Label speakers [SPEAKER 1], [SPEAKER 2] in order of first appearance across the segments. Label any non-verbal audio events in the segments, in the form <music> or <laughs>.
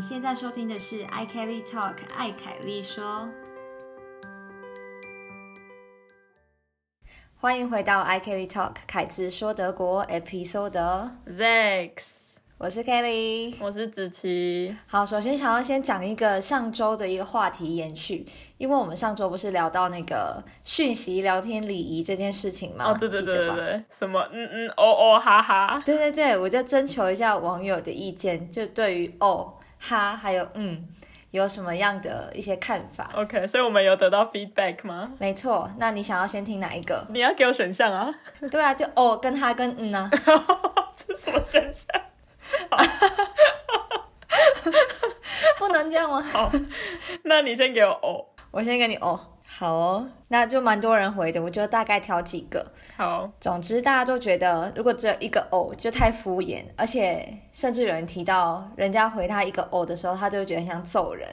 [SPEAKER 1] 现在收听的是《i Kelly Talk》艾凯丽说。欢迎回到《i Kelly Talk》凯子说德国 Episode，
[SPEAKER 2] Zex，
[SPEAKER 1] 我是 Kelly。
[SPEAKER 2] 我是子琪。
[SPEAKER 1] 好，首先想要先讲一个上周的一个话题延续，因为我们上周不是聊到那个讯息聊天礼仪这件事情吗？
[SPEAKER 2] 哦，对对对
[SPEAKER 1] 啊记得
[SPEAKER 2] 对
[SPEAKER 1] 吧
[SPEAKER 2] 对，什么嗯嗯哦哦哈哈，
[SPEAKER 1] 对对对，我就征求一下网友的意见，就对于哦、哈还有嗯有什么样的一些看法？
[SPEAKER 2] OK，所以我们有得到 feedback 吗？？
[SPEAKER 1] 没错，那你想要先听哪一个
[SPEAKER 2] 你要给我选项啊， <laughs>
[SPEAKER 1] 对啊，就哦跟哈跟嗯啊， <laughs>
[SPEAKER 2] 这是什么选项？
[SPEAKER 1] 不能这样吗？
[SPEAKER 2] 那你先给我哦。
[SPEAKER 1] 我先跟你哦，好哦，那就蛮多人回的，我就大概挑几个。
[SPEAKER 2] 好，
[SPEAKER 1] 哦总之，大家都觉得如果只有一个哦，就太敷衍，而且甚至有人提到人家回他一个哦的时候，他就会觉得很想揍人，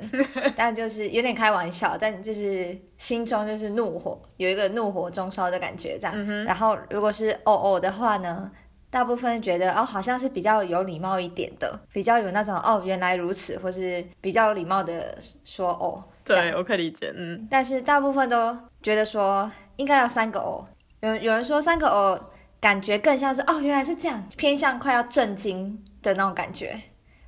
[SPEAKER 1] 但就是有点开玩笑，但就是心中就是怒火，有一个怒火中烧的感觉这样。然后如果是哦哦的话呢，大部分觉得哦好像是比较有礼貌一点的，比较有那种哦原来如此，或是比较礼貌的说哦。这样
[SPEAKER 2] 对我可以理解，嗯，
[SPEAKER 1] 但是大部分都觉得说应该要三个哦。有有人说三个哦，感觉更像是哦，原来是这样，偏向快要震惊的那种感觉，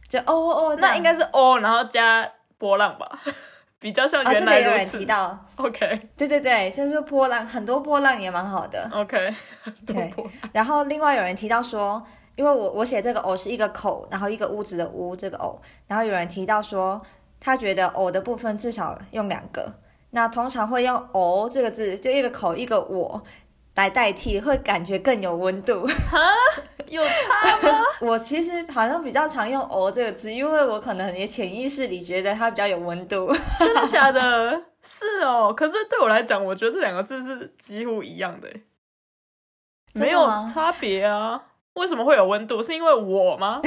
[SPEAKER 1] 就哦哦哦，这样
[SPEAKER 2] 那应该是哦，然后加波浪吧， <laughs> 比较像
[SPEAKER 1] 啊、
[SPEAKER 2] 原
[SPEAKER 1] 这个
[SPEAKER 2] 来
[SPEAKER 1] 也有
[SPEAKER 2] 如
[SPEAKER 1] 人
[SPEAKER 2] 此。
[SPEAKER 1] 提到，
[SPEAKER 2] <laughs> OK
[SPEAKER 1] 对对对，就是说波浪，很多波浪也蛮好的。
[SPEAKER 2] OK，多
[SPEAKER 1] 对
[SPEAKER 2] 波
[SPEAKER 1] 然后另外有人提到说，因为我我写这个偶是一个口，然后一个屋子的屋这个偶，然后有人提到说，他觉得偶的部分至少用两个，那通常会用偶这个字，就一个口一个我。来代替会感觉更有温度。 <laughs>
[SPEAKER 2] 有差吗？
[SPEAKER 1] 我其实好像比较常用“偶”这个字，因为我可能也潜意识里觉得它比较有温
[SPEAKER 2] <laughs>
[SPEAKER 1] 度。
[SPEAKER 2] 真的假的？
[SPEAKER 1] <laughs>
[SPEAKER 2] 是哦，可是对我来讲，我觉得这两个字是几乎一样的欸，
[SPEAKER 1] 真的
[SPEAKER 2] 没有
[SPEAKER 1] 吗
[SPEAKER 2] 差别啊。为什么会有温度？是因为
[SPEAKER 1] <laughs>
[SPEAKER 2] 我吗？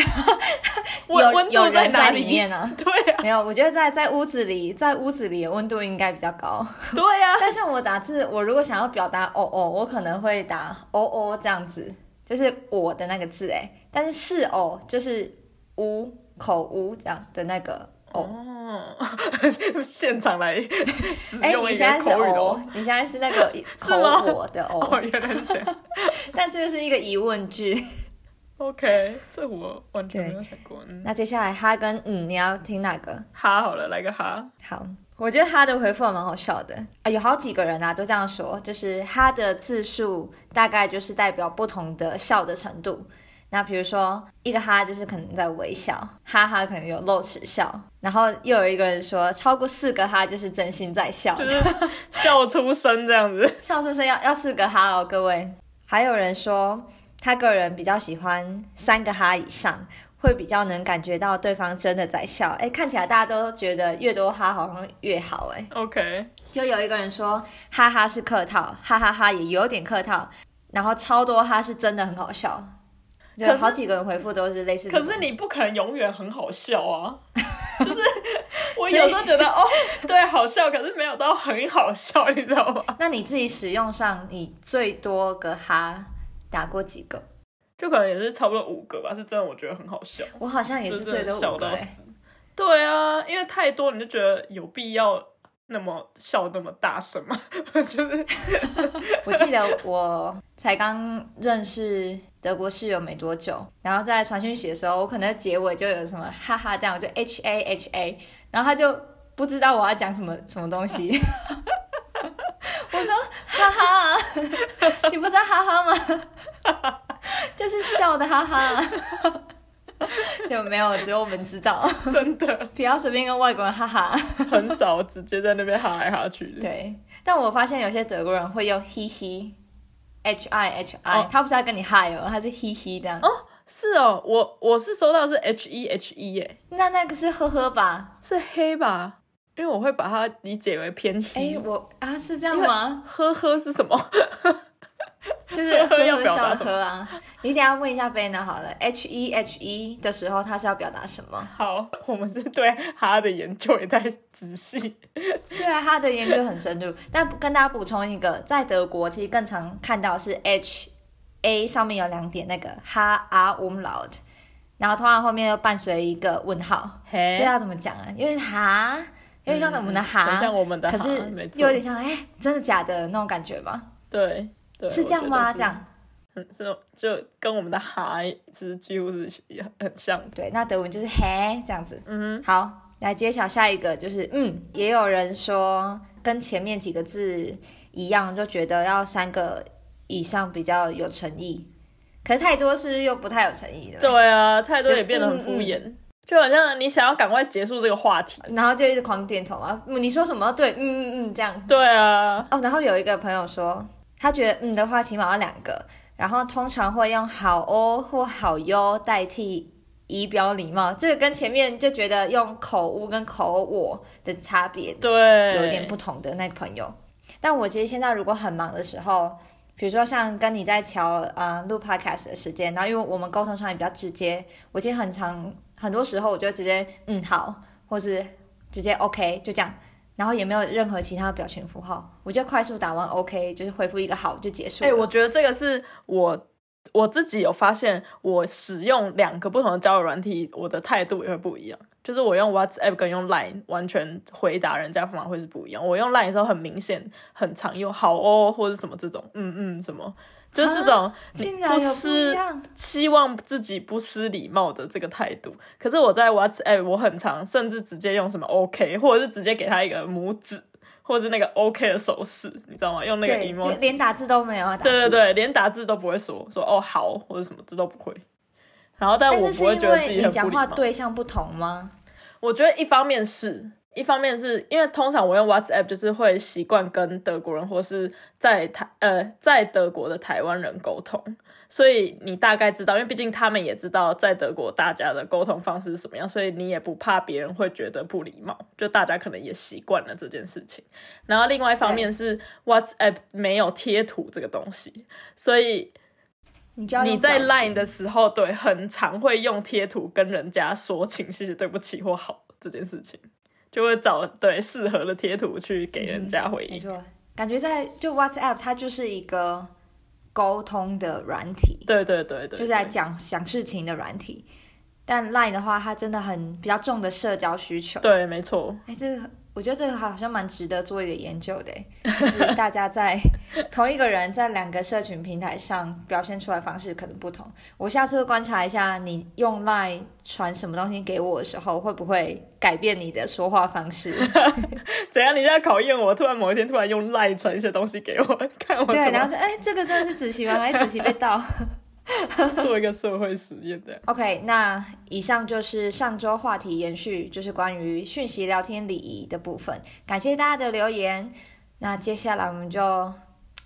[SPEAKER 2] 温温
[SPEAKER 1] 有有
[SPEAKER 2] 度
[SPEAKER 1] 人
[SPEAKER 2] 哪
[SPEAKER 1] 里面啊？
[SPEAKER 2] <laughs> 对呀、
[SPEAKER 1] 没有，我觉得在在屋子里，在屋子里的温度应该比较高。
[SPEAKER 2] 对啊呀、 <laughs>
[SPEAKER 1] 但是我打字，我如果想要表达哦哦，我可能会打哦哦这样子，就是我的那个字哎。但是是哦，就是呜口呜这样的那个哦。
[SPEAKER 2] 哦， <laughs> 现场来使
[SPEAKER 1] 哎、
[SPEAKER 2] 嗯用
[SPEAKER 1] 你
[SPEAKER 2] 一
[SPEAKER 1] 现在
[SPEAKER 2] 个
[SPEAKER 1] 是
[SPEAKER 2] 口语
[SPEAKER 1] 哦
[SPEAKER 2] 哦。，
[SPEAKER 1] 你现在是那个口
[SPEAKER 2] 吗
[SPEAKER 1] 我的
[SPEAKER 2] <laughs> 哦，
[SPEAKER 1] 哦，
[SPEAKER 2] 原来是这样。
[SPEAKER 1] 但这个是一个疑问句。
[SPEAKER 2] OK，这我完全没
[SPEAKER 1] 对
[SPEAKER 2] 有想过。嗯，
[SPEAKER 1] 那接下来哈跟嗯，你要听哪个？
[SPEAKER 2] 哈好了，来个哈。 <laughs>
[SPEAKER 1] 好，我觉得他的回复还蛮好笑的啊，有好几个人啊都这样说，就是他的字数大概就是代表不同的笑的程度。那比如说一个哈就是可能在微笑，哈哈可能有露齿笑，然后又有一个人说超过四个哈就是真心在笑，
[SPEAKER 2] 就是笑出声这样子，
[SPEAKER 1] 笑出声要要四个哈哦，各位。还有人说他个人比较喜欢三个哈以上，会比较能感觉到对方真的在笑。哎，看起来大家都觉得越多哈好像越好哎。
[SPEAKER 2] OK，
[SPEAKER 1] 就有一个人说，哈哈是客套，哈哈哈也有点客套，然后超多哈是真的很好笑。就
[SPEAKER 2] 可是
[SPEAKER 1] 好几个人回复都是类似这
[SPEAKER 2] 可
[SPEAKER 1] 种，
[SPEAKER 2] 是你不可能永远很好笑啊，就是
[SPEAKER 1] <laughs>
[SPEAKER 2] 我
[SPEAKER 1] 所以
[SPEAKER 2] 有时候觉得哦，对，好笑，可是没有到很好笑，你知道吗？
[SPEAKER 1] 啊那你自己使用上，你最多个哈打过几个？
[SPEAKER 2] 就可能也是差不多五个吧，是真的，我觉得很好笑，
[SPEAKER 1] 我好像也
[SPEAKER 2] 就是是真
[SPEAKER 1] 最
[SPEAKER 2] 的
[SPEAKER 1] 多
[SPEAKER 2] 笑
[SPEAKER 1] 五个、
[SPEAKER 2] 到
[SPEAKER 1] 欸。
[SPEAKER 2] 死。对啊，因为太多你就觉得有必要那么笑那么大声吗？ <laughs> 就是
[SPEAKER 1] 我记得我才刚认识德国室友没多久，然后在传讯息的时候，我可能结尾就有什么哈哈这样，我就 H A H A，然后他就不知道我要讲什么什么东西。 <laughs> 我说哈哈、啊，你不是在哈哈吗？ <laughs> 就是笑的哈哈、 <laughs> 啊，就没有，只有我们知道， <laughs>
[SPEAKER 2] 真的
[SPEAKER 1] 不要随便跟外国人哈哈。
[SPEAKER 2] 很少直接在那边哈来哈去的。
[SPEAKER 1] 对，但我发现有些德国人会用嘻嘻，h i h i，、
[SPEAKER 2] 哦
[SPEAKER 1] 他不是要跟你嗨哦，他是嘻嘻这样。
[SPEAKER 2] 是哦，我我是收到的是 H E H E 耶，
[SPEAKER 1] 那那个是呵呵吧？
[SPEAKER 2] 是黑吧？因为我会把它理解为偏
[SPEAKER 1] 哎、
[SPEAKER 2] 黑。
[SPEAKER 1] 我啊是这样吗？
[SPEAKER 2] 呵呵是什么？ <laughs>
[SPEAKER 1] 就是
[SPEAKER 2] 呵
[SPEAKER 1] 呵
[SPEAKER 2] 呵要
[SPEAKER 1] 呵
[SPEAKER 2] 表
[SPEAKER 1] 笑
[SPEAKER 2] 达
[SPEAKER 1] 的
[SPEAKER 2] 什么
[SPEAKER 1] 呵啊。你等一下问一下 b e n a 好了，h e h e 的时候他是要表达什么？
[SPEAKER 2] 好，我们是对哈的研究也太仔细。
[SPEAKER 1] 对啊，他的研究很深 <laughs> 入。但跟大家补充一个，在德国其实更常看到是 H A 上面有两点那个哈啊 umlaut，然后通常后面又伴随一个问号，
[SPEAKER 2] 嘿
[SPEAKER 1] 这要怎么讲啊？有点哈，有点像我们的哈，
[SPEAKER 2] 嗯很像我们的哈，
[SPEAKER 1] 可是
[SPEAKER 2] 没错
[SPEAKER 1] 又有点像哎、真的假的那种感觉吗？
[SPEAKER 2] 对对，
[SPEAKER 1] 是这样
[SPEAKER 2] 我觉
[SPEAKER 1] 吗？
[SPEAKER 2] 得是
[SPEAKER 1] 这，样
[SPEAKER 2] 嗯，这种就跟我们的哈其实几乎是很像的，
[SPEAKER 1] 对，那德文就是嘿这样子。
[SPEAKER 2] 嗯
[SPEAKER 1] 好，来揭晓下一个，就是嗯，也有人说跟前面几个字一样，就觉得要三个以上比较有诚意，可是太多是不是又不太有诚意
[SPEAKER 2] 哼，
[SPEAKER 1] 了？
[SPEAKER 2] 对啊，太多
[SPEAKER 1] 就
[SPEAKER 2] 也变得很敷
[SPEAKER 1] 嗯嗯
[SPEAKER 2] 衍，就好像你想要赶快结束这个话题，
[SPEAKER 1] 然后就一直狂点头啊，嗯你说什么？对，嗯嗯嗯，这样。
[SPEAKER 2] 对啊，
[SPEAKER 1] 哦，然后有一个朋友说，他觉得嗯的话起码要两个，然后通常会用好哦或好哟代替仪表礼貌，这个跟前面就觉得用口误跟口我的差别
[SPEAKER 2] 对，
[SPEAKER 1] 有一点不同的那个朋友。但我其实现在如果很忙的时候，比如说像跟你在瞧啊录 podcast 的时间，然后因为我们沟通上也比较直接，我其实很常很多时候我就直接嗯好，或是直接 OK 就这样，然后也没有任何其他的表情符号，我就快速打完 OK 就是回复一个好就结束
[SPEAKER 2] 哎、
[SPEAKER 1] 了。
[SPEAKER 2] 我觉得这个是我我自己有发现，我使用两个不同的交友软体，我的态度也会不一样。就是我用 WhatsApp 跟用 Line 完全回答人家方法会是不一样。我用 Line 的时候很明显，很常用好哦或者什么这种，嗯嗯什么，就是这种
[SPEAKER 1] 竟然有不一
[SPEAKER 2] 是
[SPEAKER 1] 样，
[SPEAKER 2] 希望自己不失礼貌的这个态度。可是我在 WhatsApp 哎我很常甚至直接用什么 OK，或者是直接给他一个拇指，或者是那个 OK 的手势，你知道吗？用那个
[SPEAKER 1] 对，就
[SPEAKER 2] emoji。
[SPEAKER 1] 连打字都没有啊，打字
[SPEAKER 2] 对对对，连打字都不会说，说哦好或者什么，这都不会。然后，但
[SPEAKER 1] 但
[SPEAKER 2] 我
[SPEAKER 1] 是是
[SPEAKER 2] 不会
[SPEAKER 1] 因
[SPEAKER 2] 觉得自
[SPEAKER 1] 为
[SPEAKER 2] 己
[SPEAKER 1] 你
[SPEAKER 2] 很不
[SPEAKER 1] 讲
[SPEAKER 2] 礼
[SPEAKER 1] 话
[SPEAKER 2] 貌。
[SPEAKER 1] 对象不同吗？
[SPEAKER 2] 我觉得一方面是，一方面是因为通常我用 WhatsApp 就是会习惯跟德国人或是在台呃在德国的台湾人沟通，所以你大概知道，因为毕竟他们也知道在德国大家的沟通方式是什么样，所以你也不怕别人会觉得不礼貌，就大家可能也习惯了这件事情。然后另外一方面是 WhatsApp 没有贴图这个东西，所以
[SPEAKER 1] 你就要
[SPEAKER 2] 你
[SPEAKER 1] 用
[SPEAKER 2] 在
[SPEAKER 1] 表情
[SPEAKER 2] Line 的时候，对，很常会用贴图跟人家说请、谢谢、对不起或好这件事情，就会找对适合的贴图去给人家回
[SPEAKER 1] 没
[SPEAKER 2] 应。
[SPEAKER 1] 错，感觉在就 WhatsApp 它就是一个沟通的软体，
[SPEAKER 2] 对对对
[SPEAKER 1] 就
[SPEAKER 2] 对，
[SPEAKER 1] 是在讲讲事情的软体。但 Line 的话，它真的很比较重的社交需求。
[SPEAKER 2] 对，没错，
[SPEAKER 1] 哎，这个我觉得这个好像蛮值得做一个研究的，欸就是大家在同一个人在两个社群平台上表现出来的方式可能不同。我下次会观察一下，你用 Line 传什么东西给我的时候，会不会改变你的说话方式？
[SPEAKER 2] 怎样？你现在考验我，突然某一天突然用 Line 传一些东西给我， <laughs> 看 <laughs> 我
[SPEAKER 1] 对，
[SPEAKER 2] 怎
[SPEAKER 1] 然后说，
[SPEAKER 2] 么
[SPEAKER 1] 哎，这个真的是子琪吗？哎，子琪被盗。
[SPEAKER 2] 做一个社会实验这样。
[SPEAKER 1] OK，那以上就是上周话题延续，就是关于讯息聊天礼仪的部分。感谢大家的留言。那接下来我们就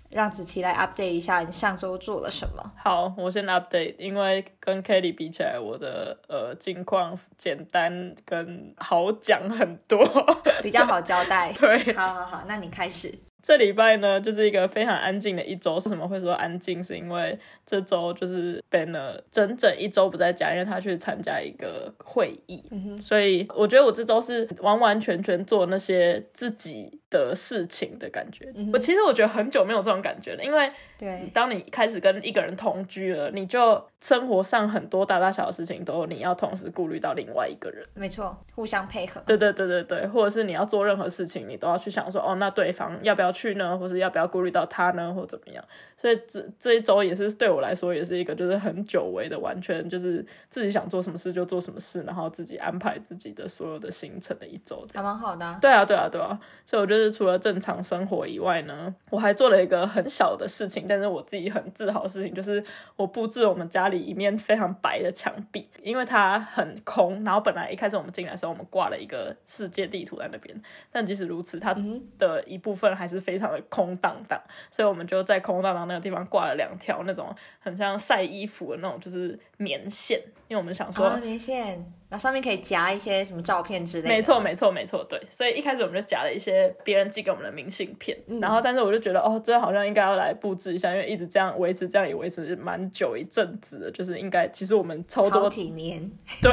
[SPEAKER 1] 让子琪来 update 一下你上周做了什
[SPEAKER 2] <laughs>
[SPEAKER 1] 么。
[SPEAKER 2] 好，我先 update，因为跟 Kelly 比起来，我的呃近况简单跟好讲很多。 <laughs>
[SPEAKER 1] 比较好交代。
[SPEAKER 2] 对，
[SPEAKER 1] 好好好，那你开始。
[SPEAKER 2] 这礼拜呢，就是一个非常安静的一周。为什么会说安静？是因为这周就是 Banner 整整一周不在家，因为他去参加一个会议。
[SPEAKER 1] 嗯哼，
[SPEAKER 2] 所以我觉得我这周是完完全全做那些自己的事情的感觉。
[SPEAKER 1] 嗯哼
[SPEAKER 2] 我其实我觉得很久没有这种感觉了，因为
[SPEAKER 1] 嗯对，
[SPEAKER 2] 当你开始跟一个人同居了，你就生活上很多大大小小的事情都你要同时顾虑到另外一个人。
[SPEAKER 1] 没错，互相配合。
[SPEAKER 2] 对对对对对，或者是你要做任何事情，你都要去想说，哦，那对方要不要去呢？或是要不要顾虑到他呢？或怎么样？所以这这一周也是对我来说，也是一个就是很久违的，完全就是自己想做什么事就做什么事，然后自己安排自己的所有的行程的一周。
[SPEAKER 1] 还蛮好的啊、
[SPEAKER 2] 对啊，对啊，对啊，所以我就是除了正常生活以外呢，我还做了一个很小的事情，但是我自己很自豪的事情，就是我布置我们家里一面非常白的墙壁，因为它很空，然后本来一开始我们进来的时候，我们挂了一个世界地图在那边，但即使如此，它
[SPEAKER 1] 嗯
[SPEAKER 2] 的一部分还是非常的空荡荡，所以我们就在空荡荡那个地方挂了两条那种很像晒衣服的那种，就是棉线，因为我们想
[SPEAKER 1] 哼，
[SPEAKER 2] 说
[SPEAKER 1] 啊，棉线，那上面可以夹一些什么照片之类的。
[SPEAKER 2] 没错，，没错，没错，对。所以一开始我们就夹了一些别人寄给我们的明信片，
[SPEAKER 1] 嗯
[SPEAKER 2] 然后但是我就觉得哦，这好像应该要来布置一下，因为一直这样维持，这样也维持蛮久一阵子的，就是应该其实我们超
[SPEAKER 1] 好
[SPEAKER 2] 多，
[SPEAKER 1] 几年，
[SPEAKER 2] 对，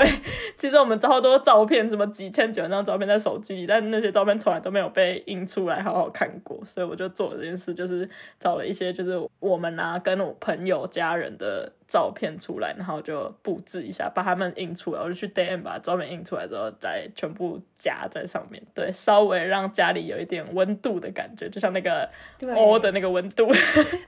[SPEAKER 2] 其实我们超多照片，什么几千几万张照片在手机里，但那些照片从来都没有被印出来好好看过，所以我就做了这件事，就是找了一些就是我们啊跟我朋友家人的。照片出来，然后就布置一下，把他们印出来，我就去 DM 把照片印出来之后，再全部夹在上面，对，稍微让家里有一点温度的感觉，就像那个
[SPEAKER 1] 对
[SPEAKER 2] 哦的那个温度。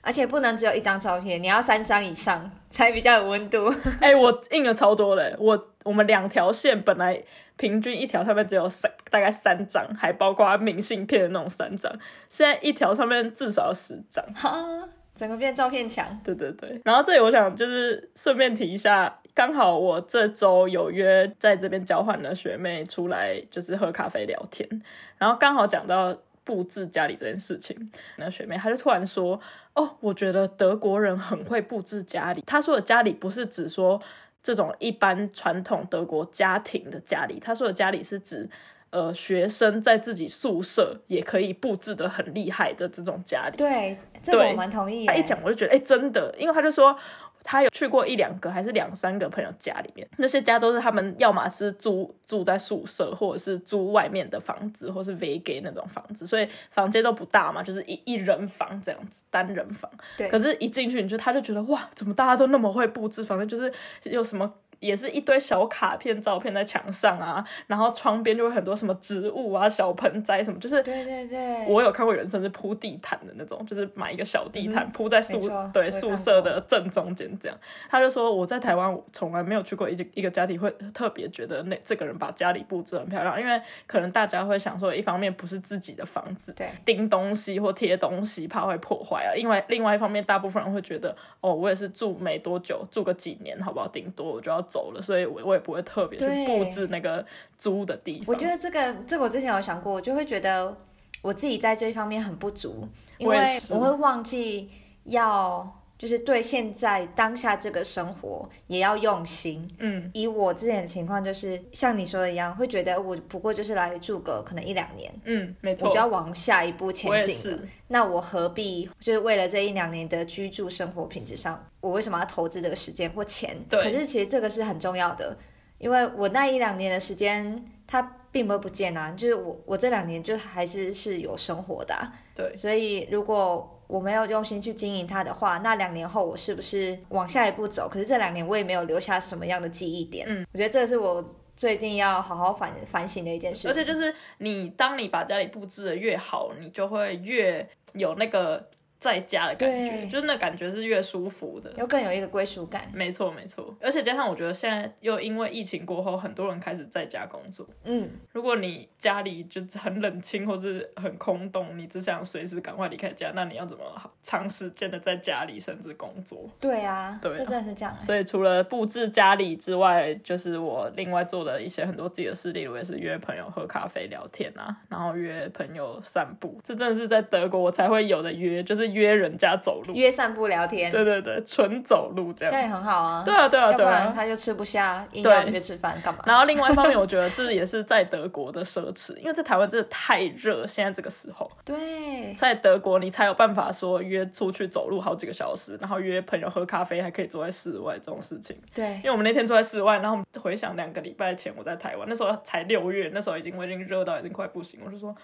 [SPEAKER 1] 而且不能只有一张照片，你要三张以上才比较有温度。
[SPEAKER 2] 哎、我印了超多嘞，我我们两条线本来平均一条上面只有三大概三张，还包括明信片的那种三张，现在一条上面至少有十张。
[SPEAKER 1] 哈，啊整个变照片墙。
[SPEAKER 2] 对对对，然后这里我想就是顺便提一下，刚好我这周有约在这边交换的学妹出来，就是喝咖啡聊天，然后刚好讲到布置家里这件事情，那学妹她就突然说：“哦，我觉得德国人很会布置家里。”她说的家里不是指说这种一般传统德国家庭的家里，她说的家里是指。呃，学生在自己宿舍也可以布置的很厉害的这种家里，
[SPEAKER 1] 对，这个
[SPEAKER 2] 对
[SPEAKER 1] 我蛮同意耶。
[SPEAKER 2] 他一讲我就觉得，哎、真的，因为他就说他有去过一两个还是两三个朋友家里面，那些家都是他们要么是租住在宿舍，或者是租外面的房子，或是 vega 那种房子，所以房间都不大嘛，就是一一人房这样子，单人房。
[SPEAKER 1] 对
[SPEAKER 2] 可是，一进去你就他就觉得哇，怎么大家都那么会布置？反正就是有什么。也是一堆小卡片、照片在墙上啊，然后窗边就会很多什么植物啊、小盆栽什么，就是
[SPEAKER 1] 对对对，
[SPEAKER 2] 我有看过有人甚至铺地毯的那种，就是买一个小地毯铺在宿
[SPEAKER 1] 嗯没错我
[SPEAKER 2] 对
[SPEAKER 1] 也看
[SPEAKER 2] 宿
[SPEAKER 1] 过
[SPEAKER 2] 舍的正中间这样。他就说我在台湾从来没有去过一一个家庭会特别觉得那这个人把家里布置得很漂亮，因为可能大家会想说，一方面不是自己的房子，
[SPEAKER 1] 对
[SPEAKER 2] 钉东西或贴东西，怕会破坏啊。另外，另外一方面，大部分人会觉得，哦，我也是住没多久，住个几年，好不好？顶多我就要走了，所以我我也不会特别去
[SPEAKER 1] 对
[SPEAKER 2] 布置那个租的地方。
[SPEAKER 1] 我觉得这个这个我之前有想过，我就会觉得我自己在这一方面很不足，因
[SPEAKER 2] 我也
[SPEAKER 1] 为
[SPEAKER 2] 是
[SPEAKER 1] 我会忘记要就是对现在当下这个生活也要用心。
[SPEAKER 2] 嗯，
[SPEAKER 1] 以我之前的情况，就是像你说的一样，会觉得我不过就是来住个可能一两年，
[SPEAKER 2] 嗯，没
[SPEAKER 1] 我
[SPEAKER 2] 错
[SPEAKER 1] 就，要往下一步前
[SPEAKER 2] 我也
[SPEAKER 1] 进了
[SPEAKER 2] 是。。
[SPEAKER 1] 那我何必就是为了这一两年的居住生活品质上，我为什么要投资这个时间或钱？
[SPEAKER 2] 对
[SPEAKER 1] 可是其实这个是很重要的，因为我那一两年的时间，它并不会不见啊，就是我我这两年就还是是有生活的啊、
[SPEAKER 2] 对
[SPEAKER 1] 所以如果我没有用心去经营它的话，那两年后我是不是往下一步走？可是这两年我也没有留下什么样的记忆点。嗯，我觉得这是我最近要好好反反省的一件事情。
[SPEAKER 2] 而且就是你，当你把家里布置的越好，你就会越有那个在家的感觉，
[SPEAKER 1] 对
[SPEAKER 2] 就是那感觉是越舒服的。
[SPEAKER 1] 要更有一个归属感。
[SPEAKER 2] 没错，没错。而且加上我觉得现在又因为疫情过后，很多人开始在家工作。
[SPEAKER 1] 嗯，
[SPEAKER 2] 如果你家里就是很冷清或是很空洞，你只想随时赶快离开家，那你要怎么长时间的在家里甚至工作？
[SPEAKER 1] 对啊，
[SPEAKER 2] 对啊
[SPEAKER 1] 这真的是这样。
[SPEAKER 2] 所以除了布置家里之外，就是我另外做的一些很多自己的事，例如也是约朋友喝咖啡聊天啊，然后约朋友散步，这真的是在德国我才会有的约，就是约人家走路。
[SPEAKER 1] 约散步聊天，
[SPEAKER 2] 对对对，纯走路这
[SPEAKER 1] 这样
[SPEAKER 2] 样。
[SPEAKER 1] 也很好啊。
[SPEAKER 2] 对啊对啊
[SPEAKER 1] 要不
[SPEAKER 2] 对
[SPEAKER 1] 然
[SPEAKER 2] 啊。
[SPEAKER 1] 他就吃不下，硬要
[SPEAKER 2] 对
[SPEAKER 1] 约吃饭干嘛？
[SPEAKER 2] 然后另外一方面，我觉得这也是在德国的奢侈，因为在台湾真的太热，现在这个时候，
[SPEAKER 1] 对，
[SPEAKER 2] 在德国你才有办法说约出去走路好几个小时，然后约朋友喝咖啡，还可以坐在室外这种事情。
[SPEAKER 1] 对
[SPEAKER 2] 因，为我们那天住在室外，然后我们回想两个礼拜前我在台湾，那时候才六月，那时候已经我已经热到已经快不行，我就说，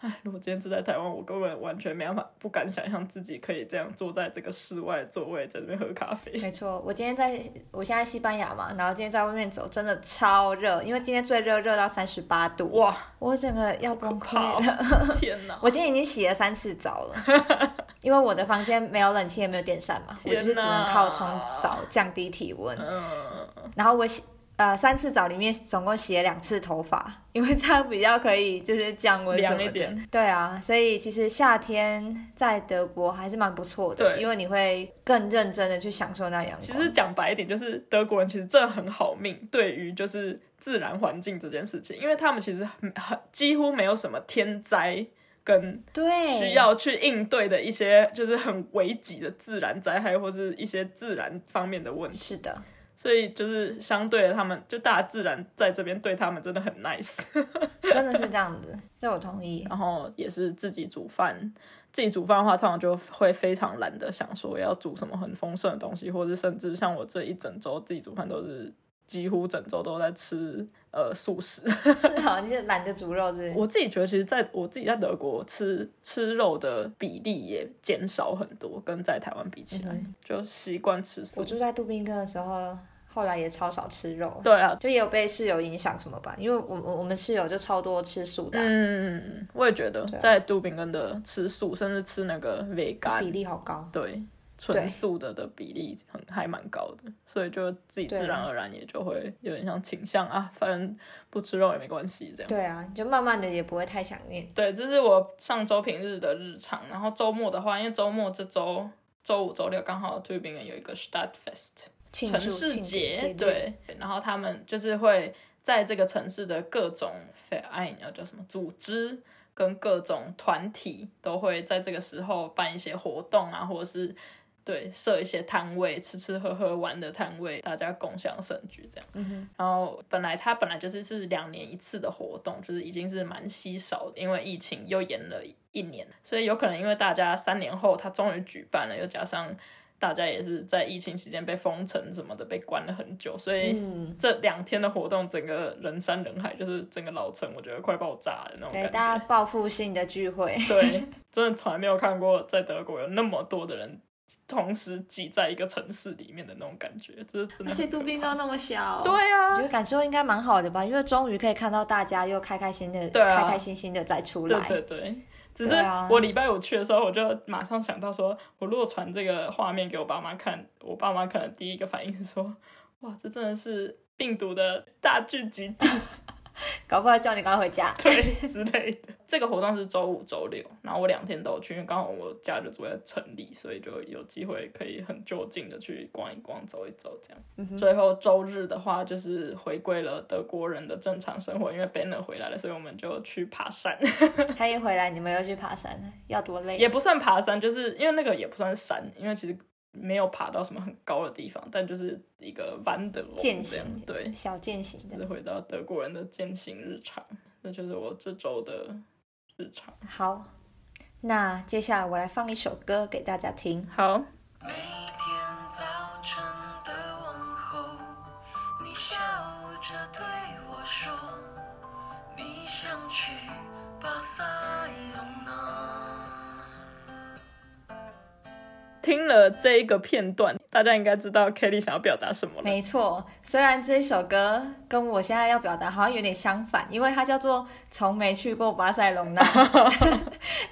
[SPEAKER 2] 哎，如果今天住在台湾，我根本完全没办法，不敢想象自己可以这样坐在这个室外座位，在这边喝咖啡。
[SPEAKER 1] 没错。我今天在，我现在西班牙嘛，然后今天在外面走，真的超热，因为今天最热热到三十八度，
[SPEAKER 2] 哇，
[SPEAKER 1] 我整个要崩溃
[SPEAKER 2] 好
[SPEAKER 1] 了。，
[SPEAKER 2] <laughs> 天哪！
[SPEAKER 1] 我今天已经洗了三次澡了，因为我的房间没有冷气，也没有电扇嘛，我就是只能靠冲澡降低体温。
[SPEAKER 2] 嗯，
[SPEAKER 1] 然后我洗呃三次澡里面总共洗了两次头发， <laughs> 因为这样比较可以就是降温什
[SPEAKER 2] 凉
[SPEAKER 1] 么
[SPEAKER 2] 一
[SPEAKER 1] 的
[SPEAKER 2] 点。
[SPEAKER 1] 对啊，所以其实夏天在德国还是蛮不错的，
[SPEAKER 2] 对
[SPEAKER 1] 因为你会更认真的去享受那阳光。
[SPEAKER 2] 其实讲白一点，就是德国人其实真的很好命，对于就是自然环境这件事情，因为他们其实很很几乎没有什么天灾跟
[SPEAKER 1] 对
[SPEAKER 2] 需要去应对的一些就是很危急的自然灾害或是一些自然方面的问题。
[SPEAKER 1] 是的，
[SPEAKER 2] 所以就是相对的，他们就大自然在这边对他们真的很 nice。 <laughs>
[SPEAKER 1] 真的是这样子， <laughs> 这我同意。
[SPEAKER 2] 然后也是自己煮饭，自己煮饭的话，通常就会非常懒得想说要煮什么很丰盛的东西，或者甚至像我这一整周自己煮饭都是几乎整周都在吃呃素食。
[SPEAKER 1] 是哦，你是懒得煮肉是不是？
[SPEAKER 2] 我自己觉得，其实在我自己在德国吃吃肉的比例也减少很多，跟在台湾比起来，就习惯吃
[SPEAKER 1] 嗯
[SPEAKER 2] 素
[SPEAKER 1] 我。住在杜宾根的时候，后来也超少吃肉，
[SPEAKER 2] 对啊，
[SPEAKER 1] 就也有被室友影响什么吧，因为我我我们室友就超多吃素的啊、
[SPEAKER 2] 嗯，我也觉得在杜宾根的吃素，甚至吃那个 vegan，
[SPEAKER 1] 啊比例好高。
[SPEAKER 2] 对，纯素的的比例很还蛮高的，所以就自己
[SPEAKER 1] 对啊
[SPEAKER 2] 自然而然也就会有点像倾向啊，反正不吃肉也没关系这样。
[SPEAKER 1] 对啊，就慢慢的也不会太想念。
[SPEAKER 2] 对，这是我上周平日的日常，然后周末的话，因为周末这周周五、周六刚好杜宾根有一个 Stadtfest，
[SPEAKER 1] 庆
[SPEAKER 2] 城
[SPEAKER 1] 祝
[SPEAKER 2] 市
[SPEAKER 1] 庆祝
[SPEAKER 2] 节，
[SPEAKER 1] 日，
[SPEAKER 2] 对，然后他们就是会在这个城市的各种 f i 要叫什么组织跟各种团体都会在这个时候办一些活动啊，或者是对设一些摊位，吃吃喝喝玩的摊位，大家共享盛举这样。
[SPEAKER 1] 嗯哼，
[SPEAKER 2] 然后本来它本来就是是两年一次的活动，就是已经是蛮稀少的，因为疫情又延了一年，所以有可能因为大家三年后它终于举办了，又加上大家也是在疫情期间被封城什么的，被关了很久，所以
[SPEAKER 1] 嗯，
[SPEAKER 2] 这两天的活动，整个人山人海，就是整个老城我觉得快爆炸了那种
[SPEAKER 1] 对，
[SPEAKER 2] 感
[SPEAKER 1] 哎大
[SPEAKER 2] 觉
[SPEAKER 1] 家。报复性的聚会，
[SPEAKER 2] 对，真的从来没有看过在德国有那么多的人同时挤在一个城市里面的那种感觉，这是 <laughs> 真的很可怕。
[SPEAKER 1] 而且杜宾根那么小，
[SPEAKER 2] 对。啊，
[SPEAKER 1] 我觉得感受应该蛮好的吧，因为终于可以看到大家又开开心的、
[SPEAKER 2] 对啊
[SPEAKER 1] 开开心心的再出来。
[SPEAKER 2] 对对对，只是
[SPEAKER 1] 对啊
[SPEAKER 2] 我礼拜五去的时候，我就马上想到说，我如果传这个画面给我爸妈看，我爸妈可能第一个反应是说，哇，这真的是病毒的大聚集
[SPEAKER 1] <laughs>
[SPEAKER 2] 地
[SPEAKER 1] 搞不好叫你赶快回家。
[SPEAKER 2] 对之类的。这个活动是周五、周六，然后我两天都有去，因为刚好我家就住在城里，所以就有机会可以很就近的去逛一逛、走一走这样。
[SPEAKER 1] 嗯哼
[SPEAKER 2] 最后周日的话，就是回归了德国人的正常生活，因为 Banner 回来了，所以我们就去爬山。 <laughs>
[SPEAKER 1] 他一回来，你们又去爬山了，要多累？
[SPEAKER 2] 也不算爬山，就是因为那个也不算山，因为其实没有爬到什么很高的地方，但就是一个弯的
[SPEAKER 1] 践
[SPEAKER 2] 这样
[SPEAKER 1] 行，
[SPEAKER 2] 对，
[SPEAKER 1] 小践行
[SPEAKER 2] 就是
[SPEAKER 1] 的。
[SPEAKER 2] 回到德国人的践行日常，这就是我这周的日常。
[SPEAKER 1] 好，那接下来我来放一首歌给大家听。
[SPEAKER 2] 好，
[SPEAKER 3] 每天早晨的问候，你笑着对我说，你想去巴塞隆那。
[SPEAKER 2] 听了这一个片段，大家应该知道 Kelly 想要表达什么了。
[SPEAKER 1] 没错，虽然这首歌跟我现在要表达好像有点相反，因为它叫做《从没去过巴塞隆
[SPEAKER 2] <laughs>
[SPEAKER 1] 纳》，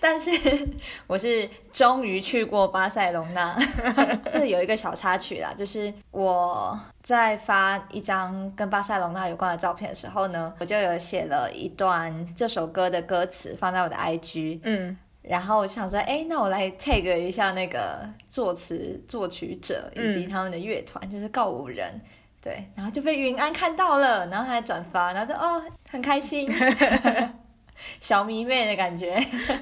[SPEAKER 1] 但是我是终于去过巴塞隆纳。 <laughs> 这有一个小插曲啦，就是我在发一张跟巴塞隆纳有关的照片的时候呢，我就有写了一段这首歌的歌词放在我的 IG，
[SPEAKER 2] 嗯
[SPEAKER 1] 然后我想说，哎，那我来 tag 一下那个作词、作曲者以及
[SPEAKER 2] 嗯
[SPEAKER 1] 他们的乐团，就是告五人。对，然后就被云安看到了，然后他还转发，然后就哦，很开
[SPEAKER 2] <laughs>
[SPEAKER 1] 心，小迷妹的感觉。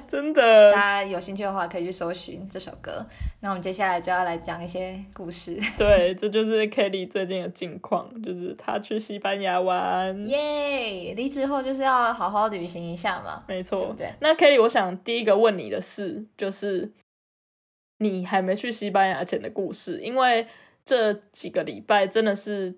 [SPEAKER 2] 真
[SPEAKER 1] 大
[SPEAKER 2] 的，
[SPEAKER 1] 家有兴趣的话，可以去搜寻这首歌。那我们接下来就要来讲一些故事，
[SPEAKER 2] <laughs> 对，这就是 Kelly 最近的近况，就是她去西班牙玩。
[SPEAKER 1] 耶！离职后就是要好好旅行一下嘛。
[SPEAKER 2] 没错，
[SPEAKER 1] 对
[SPEAKER 2] 那 Kelly，我想第一个问你的是，就是你还没去西班牙前的故事，因为这几个礼拜真的是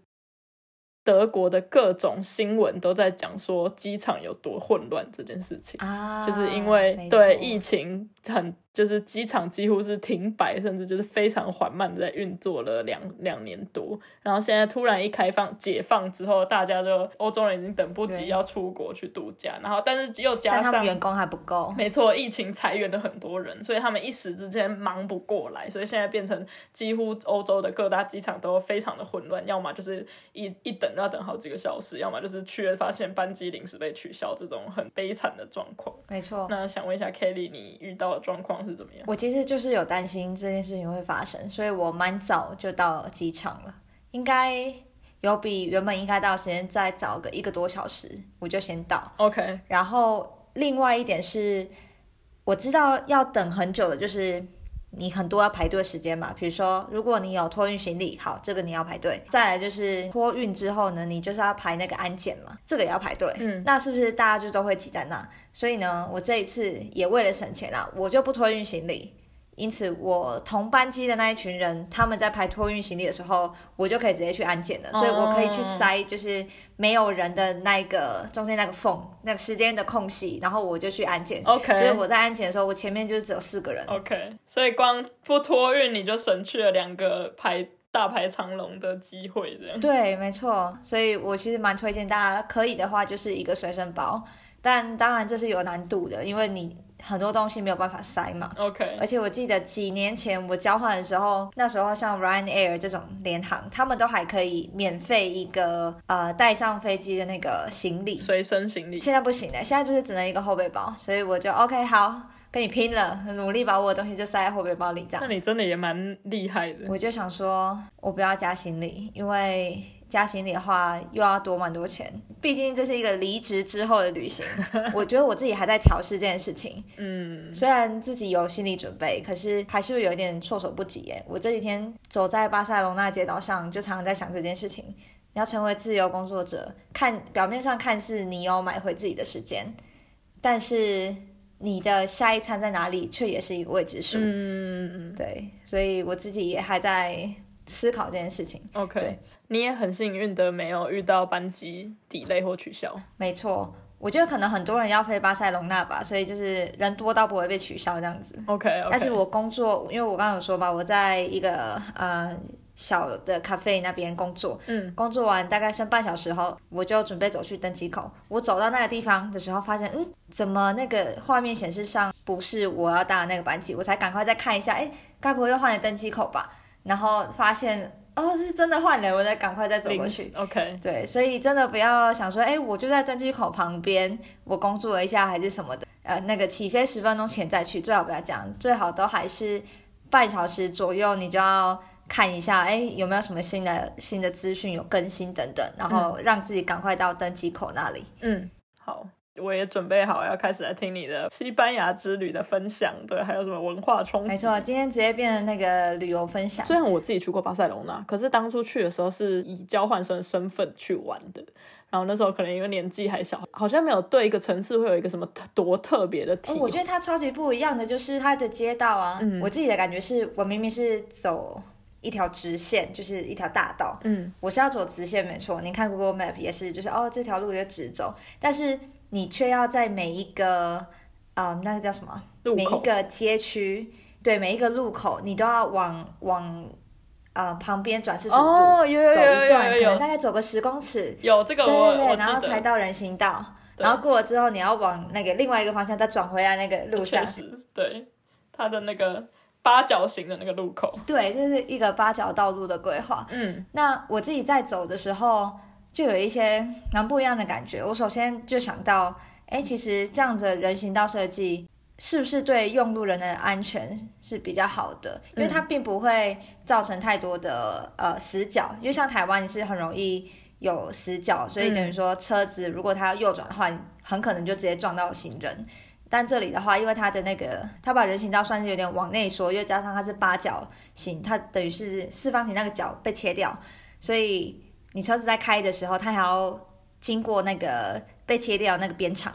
[SPEAKER 2] 德国的各种新闻都在讲说机场有多混乱这件事情，
[SPEAKER 1] 啊，
[SPEAKER 2] 哦就是因为
[SPEAKER 1] 没错
[SPEAKER 2] 对疫情很，就是机场几乎是停摆，甚至就是非常缓慢的在运作了两两年多，然后现在突然一开放解放之后，大家就欧洲人已经等不及
[SPEAKER 1] 对
[SPEAKER 2] 要出国去度假，然后但是又加
[SPEAKER 1] 但他们
[SPEAKER 2] 上
[SPEAKER 1] 员工还不够，
[SPEAKER 2] 没错，疫情裁员了很多人，所以他们一时之间忙不过来，所以现在变成几乎欧洲的各大机场都非常的混乱，要么就是一一等要等好几个小时，要么就是去了发现班机临时被取消，这种很悲惨的状况。
[SPEAKER 1] 没错。
[SPEAKER 2] 那想问一下 Kelly，你遇到的状况是怎么样？
[SPEAKER 1] 我其实就是有担心这件事情会发生，所以我蛮早就到机场了，应该有比原本应该到的时间再早个一个多小时，我就先到。
[SPEAKER 2] OK，
[SPEAKER 1] 然后另外一点是，我知道要等很久的，就是你很多要排队时间嘛，比如说如果你有托运行李，好，这个你要排队。再来就是托运之后呢，你就是要排那个安检嘛，这个也要排队。
[SPEAKER 2] 嗯
[SPEAKER 1] 那是不是大家就都会挤在那？所以呢，我这一次也为了省钱啊，我就不托运行李。因此，我同班机的那一群人，他们在排托运行李的时候，我就可以直接去安检了，所以我可以去塞就是没有人的那一个中间那个缝，那个时间的空隙，然后我就去安检。
[SPEAKER 2] OK 哦
[SPEAKER 1] 所以我在安检的时候，我前面就是只有四个人。
[SPEAKER 2] OK，所以光不托运你就省去了两个排大排长龙的机会，这样。
[SPEAKER 1] 对，没错，所以我其实蛮推荐大家，可以的话就是一个随身包，但当然这是有难度的，因为你很多东西没有办法塞嘛。
[SPEAKER 2] OK，
[SPEAKER 1] 而且我记得几年前我交换的时候，那时候像 Ryanair 这种联航，他们都还可以免费一个呃带上飞机的那个行李，
[SPEAKER 2] 随身行李。
[SPEAKER 1] 现在不行了，现在就是只能一个后背包，所以我就 OK 好，跟你拼了，努力把我的东西就塞在后背包里这样
[SPEAKER 2] 那。你真的也蛮厉害的。
[SPEAKER 1] 我就想说，我不要加行李，因为加行李的话又要多蛮多钱。毕竟这是一个离职之后的旅
[SPEAKER 2] <laughs>
[SPEAKER 1] 行，我觉得我自己还在调试这件事情。
[SPEAKER 2] 嗯，
[SPEAKER 1] 虽然自己有心理准备，可是还是有点措手不及耶。我这几天走在巴塞隆纳街道上，就常常在想这件事情。你要成为自由工作者，看表面上看似你有买回自己的时间，但是你的下一餐在哪里，却也是一个未知数。
[SPEAKER 2] 嗯
[SPEAKER 1] 对，所以我自己也还在思考这件事情。
[SPEAKER 2] ，OK，
[SPEAKER 1] 对
[SPEAKER 2] 你也很幸运的没有遇到班机 delay 或取消。
[SPEAKER 1] 没错，我觉得可能很多人要飞巴塞隆纳吧，所以就是人多到不会被取消这样子。
[SPEAKER 2] OK，, o
[SPEAKER 1] <laughs>
[SPEAKER 2] k
[SPEAKER 1] 但是我工作，因为我刚刚有说吧，我在一个呃小的咖啡那边工作，
[SPEAKER 2] 嗯，
[SPEAKER 1] 工作完大概剩半小时后，我就准备走去登机口。我走到那个地方的时候，发现嗯，怎么那个画面显示上不是我要搭的那个班机？我才赶快再看一下，哎，该不会又换了登机口吧？然后发现哦，是真的换了，我再赶快再走过去
[SPEAKER 2] 临。时 OK，
[SPEAKER 1] 对，所以真的不要想说，哎，我就在登机口旁边，我工作一下还是什么的。呃，那个起飞十分钟前再去，最好不要这样，最好都还是半小时左右，你就要看一下，哎，有没有什么新的新的资讯有更新等等，然后让自己赶快到登机口那里。
[SPEAKER 2] 嗯，好。我也准备好要开始来听你的西班牙之旅的分享，对，还有什么文化冲击？
[SPEAKER 1] 没错，今天直接变成那个旅游分享。
[SPEAKER 2] 虽然我自己去过巴塞隆纳，可是当初去的时候是以交换生的身份去玩的。然后那时候可能因为年纪还小，好像没有对一个城市会有一个什么特多特别的体
[SPEAKER 1] 哦，
[SPEAKER 2] 会。
[SPEAKER 1] 我觉得它超级不一样的就是它的街道啊，
[SPEAKER 2] 嗯
[SPEAKER 1] 我自己的感觉是我明明是走一条直线，就是一条大道，
[SPEAKER 2] 嗯，
[SPEAKER 1] 我是要走直线没错，你看 Google Map 也是，就是哦这条路就直走，但是你却要在每一个啊、呃那个叫什么，
[SPEAKER 2] 路
[SPEAKER 1] 每一
[SPEAKER 2] 口
[SPEAKER 1] 个街区，对每一个路口，你都要往往啊、呃旁边转四十度、
[SPEAKER 2] 哦，有有
[SPEAKER 1] 走
[SPEAKER 2] 有
[SPEAKER 1] 一段，可
[SPEAKER 2] 有
[SPEAKER 1] 能
[SPEAKER 2] 有
[SPEAKER 1] 大概走个十公尺，
[SPEAKER 2] 有这个
[SPEAKER 1] 对
[SPEAKER 2] 我
[SPEAKER 1] 对
[SPEAKER 2] 我
[SPEAKER 1] 对，
[SPEAKER 2] 记得
[SPEAKER 1] 然后才到人行道。
[SPEAKER 2] 对
[SPEAKER 1] 然后过了之后，你要往那个另外一个方向再转回来那个路上
[SPEAKER 2] 确，实对它的那个八角形的那个路口。
[SPEAKER 1] 对，这是一个八角道路的规划。
[SPEAKER 2] 嗯
[SPEAKER 1] 那我自己在走的时候，就有一些蛮不一样的感觉。我首先就想到，哎，其实这样子的人行道设计是不是对用路人的安全是比较好的？因为它并不会造成太多的呃死角，因为像台湾是很容易。有死角，所以等于说车子如果它要右转的话，很可能就直接撞到行人。但这里的话，因为它的那个，它把人行道算是有点往内缩，又加上它是八角形，它等于是四方形那个角被切掉，所以你车子在开的时候，它还要经过那个被切掉那个边长，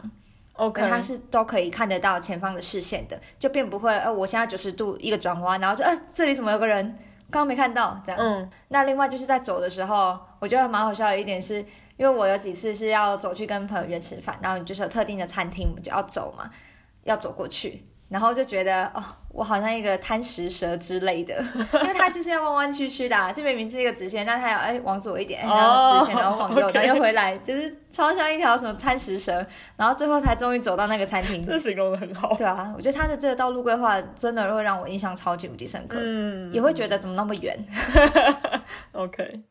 [SPEAKER 2] ，OK，
[SPEAKER 1] 那它是都可以看得到前方的视线的，就并不会呃，我现在九十度一个转弯，然后就呃这里怎么有个人，刚刚没看到这样。
[SPEAKER 2] 嗯
[SPEAKER 1] 那另外就是在走的时候，我觉得蛮好笑的一点是，因为我有几次是要走去跟朋友约吃饭，然后你就是有特定的餐厅，我们就要走嘛，要走过去，然后就觉得哦，我好像一个贪食蛇之类
[SPEAKER 2] <laughs>
[SPEAKER 1] 的，因为它就是要弯弯曲曲的、啊，这明明是一个直线，但它要哎往左一点，哎
[SPEAKER 2] 哦
[SPEAKER 1] 然后直线，然后往右，
[SPEAKER 2] OK
[SPEAKER 1] 然后又回来，就是超像一条什么贪食蛇，然后最后才终于走到那个餐
[SPEAKER 2] <laughs>
[SPEAKER 1] 厅。
[SPEAKER 2] 这形容的很好。
[SPEAKER 1] 对啊，我觉得它的这个道路规划真的会让我印象超级无敌深刻，
[SPEAKER 2] 嗯，
[SPEAKER 1] 也会觉得怎么那么远。
[SPEAKER 2] OK。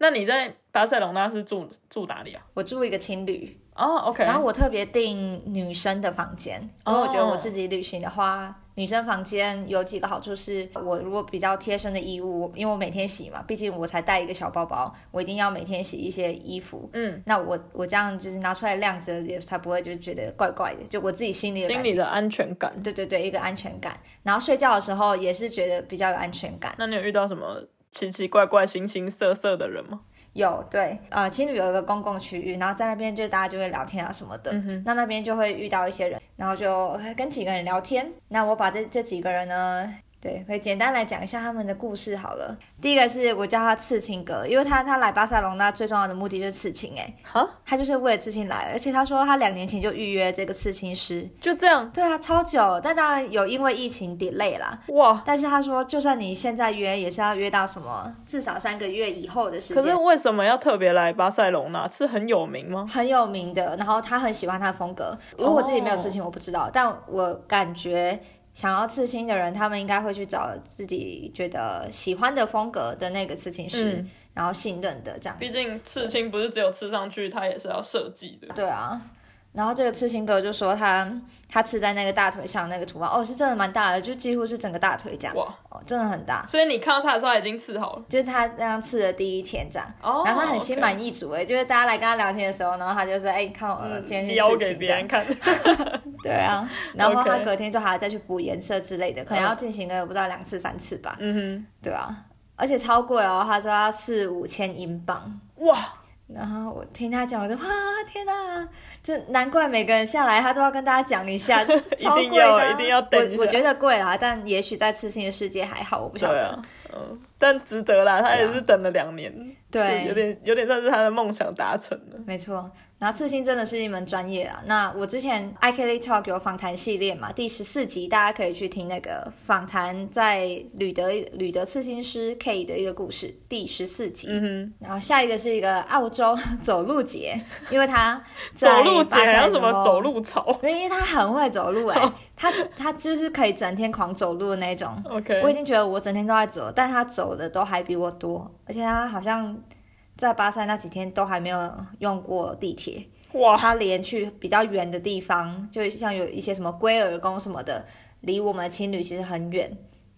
[SPEAKER 2] 那你在巴塞隆纳是住住哪里啊？
[SPEAKER 1] 我住一个青旅，
[SPEAKER 2] 哦，OK、o k
[SPEAKER 1] 然后我特别订女生的房间，因为我觉得我自己旅行的话，女生房间有几个好处是，我如果比较贴身的衣物，因为我每天洗嘛，毕竟我才带一个小包包，我一定要每天洗一些衣服。
[SPEAKER 2] 嗯，
[SPEAKER 1] 那我我这样就是拿出来晾着，也才不会就觉得怪怪的，就我自己心里的感
[SPEAKER 2] 心
[SPEAKER 1] 觉。
[SPEAKER 2] 里的安全感。
[SPEAKER 1] 对对对，一个安全感。然后睡觉的时候也是觉得比较有安全感。
[SPEAKER 2] 那你有遇到什么奇奇怪怪、形形色色的人吗？
[SPEAKER 1] 有对，呃，青旅有一个公共区域，然后在那边就大家就会聊天啊什么的。
[SPEAKER 2] 嗯哼
[SPEAKER 1] 那那边就会遇到一些人，然后就跟几个人聊天。那我把这这几个人呢，对，可以简单来讲一下他们的故事好了。第一个是我叫他刺青哥，因为他他来巴塞隆那最重要的目的就是刺青、欸，
[SPEAKER 2] 哈，
[SPEAKER 1] 他就是为了刺青来，而且他说他两年前就预约这个刺青师。
[SPEAKER 2] 就这样
[SPEAKER 1] 对啊，超久，但当然有因为疫情 delay 啦。
[SPEAKER 2] 哇！
[SPEAKER 1] 但是他说，就算你现在约，也是要约到什么至少三个月以后的时
[SPEAKER 2] 可
[SPEAKER 1] 间。
[SPEAKER 2] 是为什么要特别来巴塞隆纳？是很有名吗？
[SPEAKER 1] 很有名的，然后他很喜欢他的风格。如果我自己没有刺青，我不知道
[SPEAKER 2] 哦
[SPEAKER 1] 但我感觉想要刺青的人，他们应该会去找自己觉得喜欢的风格的那个刺青师，
[SPEAKER 2] 嗯
[SPEAKER 1] 然后信任的这样
[SPEAKER 2] 毕
[SPEAKER 1] 子。
[SPEAKER 2] 竟刺青不是只有刺上去，它也是要设计的。
[SPEAKER 1] 对啊，然后这个刺青哥就说他他刺在那个大腿上那个图案，哦，是真的蛮大的，就几乎是整个大腿这样，
[SPEAKER 2] 哇！
[SPEAKER 1] 哦，真的很大。
[SPEAKER 2] 所以你看到它的时候，它已经刺好了。
[SPEAKER 1] 就是他这样刺的第一天这样。
[SPEAKER 2] 哦，
[SPEAKER 1] 然后他很心
[SPEAKER 2] OK
[SPEAKER 1] 满意足哎就是大家来跟他聊天的时候，然后他就说：“哎、你看我
[SPEAKER 2] 嗯
[SPEAKER 1] 今天去
[SPEAKER 2] 邀
[SPEAKER 1] 刺
[SPEAKER 2] 给
[SPEAKER 1] 青这
[SPEAKER 2] 别
[SPEAKER 1] 样 <laughs>
[SPEAKER 2] 人看，
[SPEAKER 1] 对啊，然后
[SPEAKER 2] OK
[SPEAKER 1] 他隔天就还要再去补颜色之类的，可能要进行个不知道两次三次吧，
[SPEAKER 2] 嗯
[SPEAKER 1] 对啊，而且超贵哦，他说要四五千英镑。
[SPEAKER 2] 哼，哇，
[SPEAKER 1] 然后我听他讲，我就哇天哪、这难怪每个人下来他都要跟大家讲一
[SPEAKER 2] <laughs>
[SPEAKER 1] 下，超贵的啊、
[SPEAKER 2] 一定要等一下
[SPEAKER 1] 我我觉得贵啦，但也许在刺青的世界还好，我不晓
[SPEAKER 2] 对
[SPEAKER 1] 得。
[SPEAKER 2] 啊，嗯，但值得啦，他
[SPEAKER 1] 对啊
[SPEAKER 2] 也是等了两年，
[SPEAKER 1] 对啊
[SPEAKER 2] 啊有点有点算是他的梦想达成了。
[SPEAKER 1] 没错，然后刺青真的是一门专业啊。那我之前 I K L Talk 有访谈系列嘛，第十四集大家可以去听那个访谈，在吕德吕德刺青师 K 的一个故事，第十四集。
[SPEAKER 2] 嗯
[SPEAKER 1] 然后下一个是一个澳洲走路
[SPEAKER 2] <laughs>
[SPEAKER 1] 节，因为他
[SPEAKER 2] 哼，走
[SPEAKER 1] 在
[SPEAKER 2] 路姐
[SPEAKER 1] 巴塞
[SPEAKER 2] 还有
[SPEAKER 1] 的
[SPEAKER 2] 什
[SPEAKER 1] 时
[SPEAKER 2] 么
[SPEAKER 1] 候
[SPEAKER 2] 走路草
[SPEAKER 1] 因为他很会走路
[SPEAKER 2] <laughs>
[SPEAKER 1] 哎、他他就是可以整天狂走路的那种。
[SPEAKER 2] ？OK，
[SPEAKER 1] 我已经觉得我整天都在走，但他走的都还比我多，而且他好像在巴塞那几天都还没有用过地铁，
[SPEAKER 2] 哇，
[SPEAKER 1] 他连去比较远的地方，就像有一些什么龟儿宫什么的，离我们的青旅其实很远，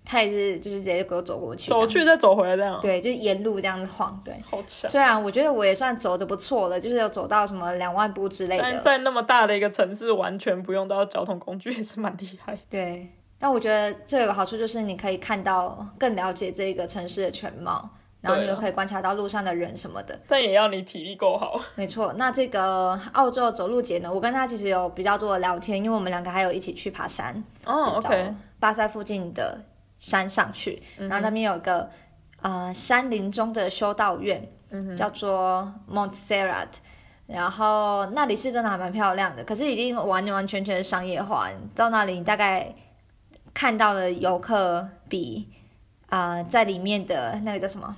[SPEAKER 1] 他也是就是直接给我走过去，
[SPEAKER 2] 走，去再走回来这样，
[SPEAKER 1] 对，就是沿路这样子晃，对。
[SPEAKER 2] 好强。
[SPEAKER 1] 虽然我觉得我也算走的不错了，就是有走到什么两万步之类
[SPEAKER 2] 但
[SPEAKER 1] 的，
[SPEAKER 2] 在那么大的一个城市，完全不用到交通工具也是蛮厉害。
[SPEAKER 1] 对，但我觉得这有个好处就是你可以看到更了解这个城市的全貌，然后你
[SPEAKER 2] 对啊
[SPEAKER 1] 又可以观察到路上的人什么的。
[SPEAKER 2] 但也要你体力够好。
[SPEAKER 1] 没错，那这个澳洲走路节呢，我跟他其实有比较多的聊天，因为我们两个还有一起去爬山，
[SPEAKER 2] 哦
[SPEAKER 1] 到
[SPEAKER 2] ，OK，嗯
[SPEAKER 1] 巴塞附近的山上去，然后那边有一个呃山林中的修道院，
[SPEAKER 2] 嗯
[SPEAKER 1] 叫做 Montserrat。然后那里是真的还蛮漂亮的，可是已经完完全全商业化。你到那里，你大概看到的游客比啊、呃在里面的那个叫什么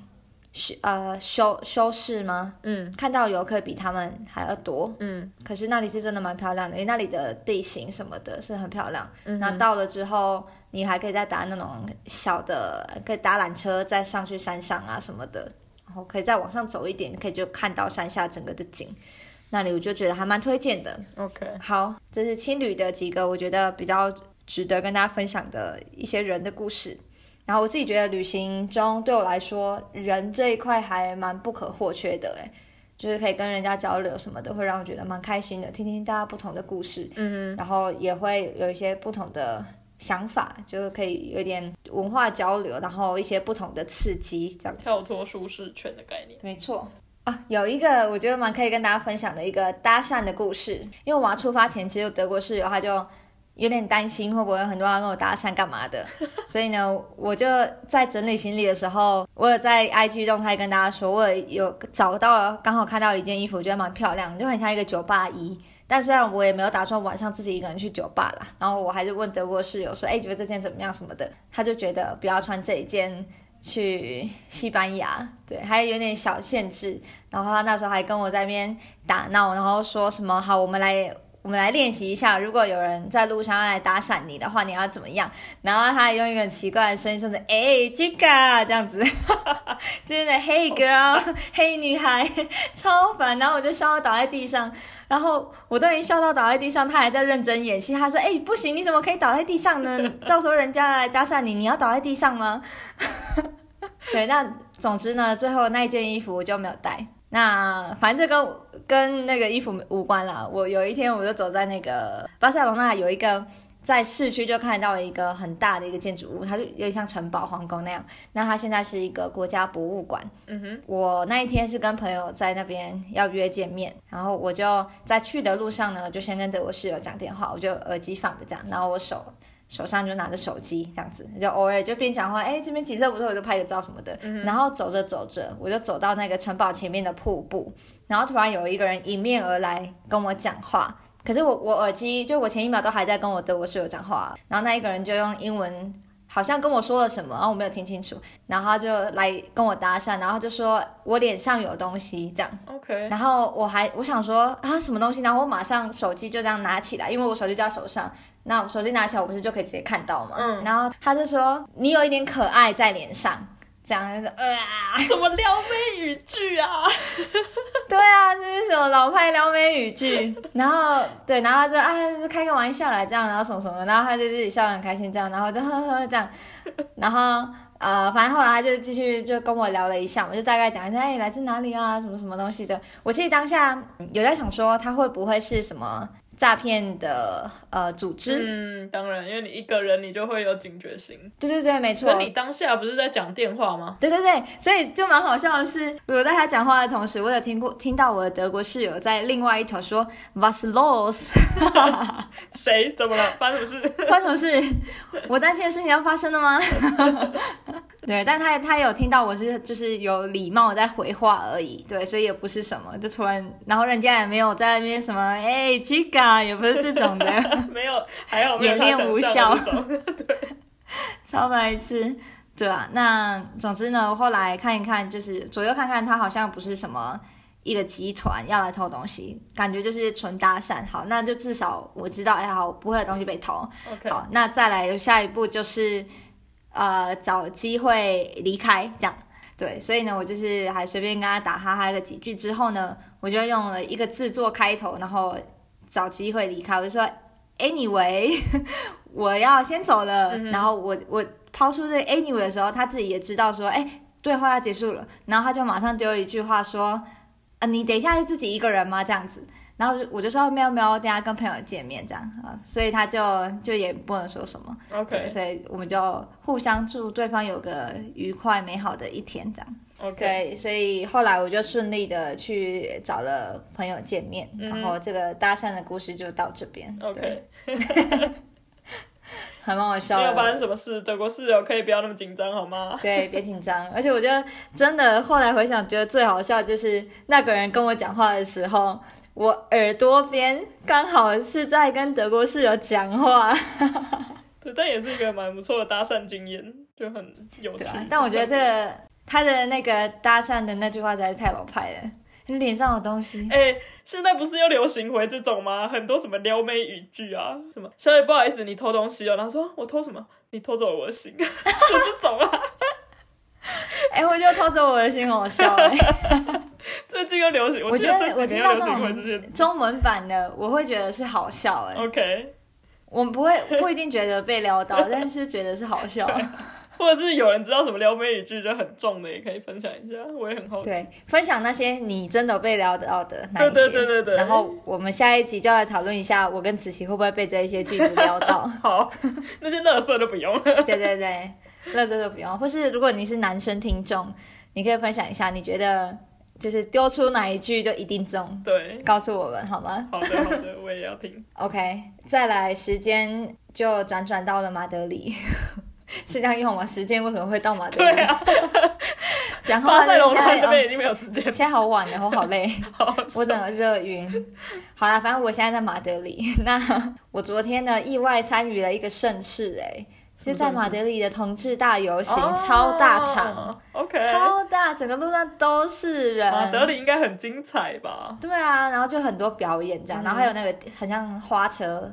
[SPEAKER 1] 修呃修修饰吗？
[SPEAKER 2] 嗯
[SPEAKER 1] 看到游客比他们还要多。
[SPEAKER 2] 嗯，
[SPEAKER 1] 可是那里是真的蛮漂亮的，因为那里的地形什么的是很漂亮。
[SPEAKER 2] 嗯
[SPEAKER 1] 那到了之后，你还可以再搭那种小的，可以搭缆车再上去山上啊什么的，然后可以再往上走一点，可以就看到山下整个的景。那里我就觉得还蛮推荐的。
[SPEAKER 2] ，OK，
[SPEAKER 1] 好，这是青旅的几个我觉得比较值得跟大家分享的一些人的故事。然后我自己觉得旅行中对我来说，人这一块还蛮不可或缺的，诶，就是可以跟人家交流什么的，会让我觉得蛮开心的，听听大家不同的故事，
[SPEAKER 2] 嗯
[SPEAKER 1] 然后也会有一些不同的想法，就是可以有点文化交流，然后一些不同的刺激这样
[SPEAKER 2] 哼，
[SPEAKER 1] 子。
[SPEAKER 2] 跳脱舒适圈的概念。
[SPEAKER 1] 没错。啊，有一个我觉得蛮可以跟大家分享的一个搭讪的故事，因为我要出发前，其实有德国室友他就有点担心会不会有很多人要跟我搭讪干嘛 <laughs> 的，所以呢，我就在整理行李的时候，我有在 IG 动态跟大家说，我有找到刚好看到一件衣服，觉得蛮漂亮，就很像一个酒吧衣。但虽然我也没有打算晚上自己一个人去酒吧啦，然后我还是问德国室友说，哎，觉得这件怎么样什么的，他就觉得不要穿这一件去西班牙，对，还有点小限制。然后他那时候还跟我在那边打闹，然后说什么好，我们来我们来练习一下，如果有人在路上要来搭讪你的话，你要怎么样？然后他用一个很奇怪的声音说的，哎、j i g a 这样子， <laughs> 真的，Hey girl，嘿、女孩， <laughs> 超烦。然后我就笑到倒在地上，然后我都已经笑到倒在地上，他还在认真演戏。他说，哎、不行，你怎么可以倒在地上呢？到时候人家来搭讪你，你要倒在地上吗？对，那总之呢，最后那一件衣服我就没有带。那反正这跟跟那个衣服无关啦。我有一天我就走在那个巴塞罗那有一个在市区就看到一个很大的一个建筑物，它就有点像城堡、皇宫那样。那它现在是一个国家博物馆。
[SPEAKER 2] 嗯哼，
[SPEAKER 1] 我那一天是跟朋友在那边要约见面，然后我就在去的路上呢，就先跟德国室友讲电话，我就耳机放着这样，然后我手手上就拿着手机这样子，就偶尔就边讲话，哎，这边景色不错，我就拍个照什么的。然后走着走着，我就走到那个城堡前面的瀑布，然后突然有一个人迎面而来跟我讲话。可是我我耳机就我前一秒都还在跟我德国室友讲话，然后那一个人就用英文好像跟我说了什么，然后我没有听清楚，然后他就来跟我搭讪，然后就说我脸上有东西这样，
[SPEAKER 2] ，OK，
[SPEAKER 1] 然后我还我想说啊什么东西，然后我马上手机就这样拿起来，因为我手机在手上，那我手机拿起来我不是就可以直接看到吗？
[SPEAKER 2] 嗯
[SPEAKER 1] 然后他就说你有一点可爱在脸上，这样就呃啊，
[SPEAKER 2] 什么撩妹语句啊？
[SPEAKER 1] 对啊，这是什么老派撩妹语句？然后对，然后他就啊，就开个玩笑来这样，然后什么什么，然后他就自己笑得很开心这样，然后就呵呵这样，然后呃，反正后来他就继续就跟我聊了一下嘛，我就大概讲一下，哎，来自哪里啊，什么什么东西的。我其实当下嗯有在想说，他会不会是什么诈骗的呃组织？
[SPEAKER 2] 嗯，当然，因为你一个人，你就会有警觉性。啊
[SPEAKER 1] 对对对，没错
[SPEAKER 2] 可。你当下不是在讲电话吗？
[SPEAKER 1] 对对对，所以就蛮好笑的是，我在他讲话的同时，我有听过听到我的德国室友在另外一头说 “was los”，
[SPEAKER 2] 谁？怎么了？发生什么 <laughs> 事？
[SPEAKER 1] 发生什么事？我担心的事情要发生了吗？ <laughs> 对，但他他有听到我是就是有礼貌在回话而已，对，所以也不是什么，就突然，然后人家也没有在那边什么，哎、g i a 也不是这种的， <laughs>
[SPEAKER 2] 没有，还好没有
[SPEAKER 1] 演练
[SPEAKER 2] 他想
[SPEAKER 1] 无
[SPEAKER 2] 象
[SPEAKER 1] 效
[SPEAKER 2] 的那种对，
[SPEAKER 1] 超白痴，对啊。那总之呢，我后来看一看，就是左右看看，他好像不是什么一个集团要来偷东西，感觉就是纯搭讪。好，那就至少我知道，哎，好，不会有东西被偷。
[SPEAKER 2] <laughs> OK，
[SPEAKER 1] 好，那再来下一步就是，呃，找机会离开这样。对，所以呢，我就是还随便跟他打哈哈个几句之后呢，我就用了一个字做开头，然后找机会离开。我就说，anyway，我 <laughs> 要先走了。然后我我抛出这个 anyway 的时候，他自己也知道说，哎，对话要结束了，然后他就马上丢一句话说，啊，你等一下是自己一个人吗？这样子。然后我就我就说哦没有没有，等一下跟朋友见面这样啊，所以他就就也不能说什么，对，
[SPEAKER 2] OK
[SPEAKER 1] 所以我们就互相祝对方有个愉快美好的一天这样。
[SPEAKER 2] OK，
[SPEAKER 1] 对，所以后来我就顺利的去找了朋友见面，
[SPEAKER 2] 嗯
[SPEAKER 1] 然后这个搭讪的故事就到这边。对，
[SPEAKER 2] OK，
[SPEAKER 1] 很蛮好笑
[SPEAKER 2] 没有发
[SPEAKER 1] 的。
[SPEAKER 2] 生什么事。德国室友可以不要那么紧张好吗？
[SPEAKER 1] 对，别紧张。而且我觉得真的，后来回想，觉得最好笑就是那个人跟我讲话的时候，我耳朵边刚好是在跟德国室友讲话。
[SPEAKER 2] 对，但也是一个蛮不错的搭讪经验，就很有趣
[SPEAKER 1] 对啊。但我觉得这个他的那个搭讪的那句话实在是太老派了，你脸上有东西。
[SPEAKER 2] <laughs> 哎、现在不是又流行回这种吗？很多什么撩妹语句啊，什么小姐不好意思，你偷东西哦，然后说我偷什么？你偷走了我的心， <laughs> 就这种啊。
[SPEAKER 1] 哎、我就偷走我的心，好好
[SPEAKER 2] <laughs>
[SPEAKER 1] 笑、哎
[SPEAKER 2] 最近又流行，
[SPEAKER 1] 我
[SPEAKER 2] 觉
[SPEAKER 1] 觉
[SPEAKER 2] 得
[SPEAKER 1] 得
[SPEAKER 2] 这
[SPEAKER 1] 我
[SPEAKER 2] 几
[SPEAKER 1] 听
[SPEAKER 2] 年
[SPEAKER 1] 到
[SPEAKER 2] 又
[SPEAKER 1] 这
[SPEAKER 2] 流行回这些。
[SPEAKER 1] 种中文版的，我会觉得是好笑、
[SPEAKER 2] 哦
[SPEAKER 1] 哎，
[SPEAKER 2] OK，
[SPEAKER 1] 我们不会不一定觉得被撩到，但是觉得是好
[SPEAKER 2] <laughs>
[SPEAKER 1] 笑。
[SPEAKER 2] 或者是有人知道什么撩妹语句就很重的，也可以分享一下，我也很好奇。
[SPEAKER 1] 对，分享那些你真的被撩到的那一些，
[SPEAKER 2] 对对对对对
[SPEAKER 1] 然后我们下一集就来讨论一下，我跟子琪会不会被这一些句子撩到。
[SPEAKER 2] 好， <laughs> 那些乐色都不用了。
[SPEAKER 1] <laughs> 对对对，乐色都不用。或是如果你是男生听众，你可以分享一下，你觉得就是丢出哪一句就一定中，
[SPEAKER 2] 对，
[SPEAKER 1] 告诉我们好吗
[SPEAKER 2] 好的好的，我也要听。
[SPEAKER 1] ？OK，再来时间就辗转到了马德里， <laughs> 是这样用吗？时间为什么会到马德
[SPEAKER 2] 对
[SPEAKER 1] 里？
[SPEAKER 2] 啊，
[SPEAKER 1] <laughs> 讲话
[SPEAKER 2] 巴塞
[SPEAKER 1] 现
[SPEAKER 2] 隆那
[SPEAKER 1] 在、
[SPEAKER 2] 这
[SPEAKER 1] 哦
[SPEAKER 2] 边已经没有时间 <laughs> 了。
[SPEAKER 1] 现在好晚了，我好累。
[SPEAKER 2] <laughs> 好，
[SPEAKER 1] 我整个热晕。好啦， <laughs> 反正我现在在马德里。那我昨天呢，意外参与了一个盛事、欸，哎，就在马德里的同志大游行，
[SPEAKER 2] 哦
[SPEAKER 1] 超大场，
[SPEAKER 2] ，OK，
[SPEAKER 1] 超大，整个路上都是人。
[SPEAKER 2] 马德里应该很精彩吧？
[SPEAKER 1] 对啊，然后就很多表演这样，
[SPEAKER 2] 嗯
[SPEAKER 1] 然后还有那个很像花车，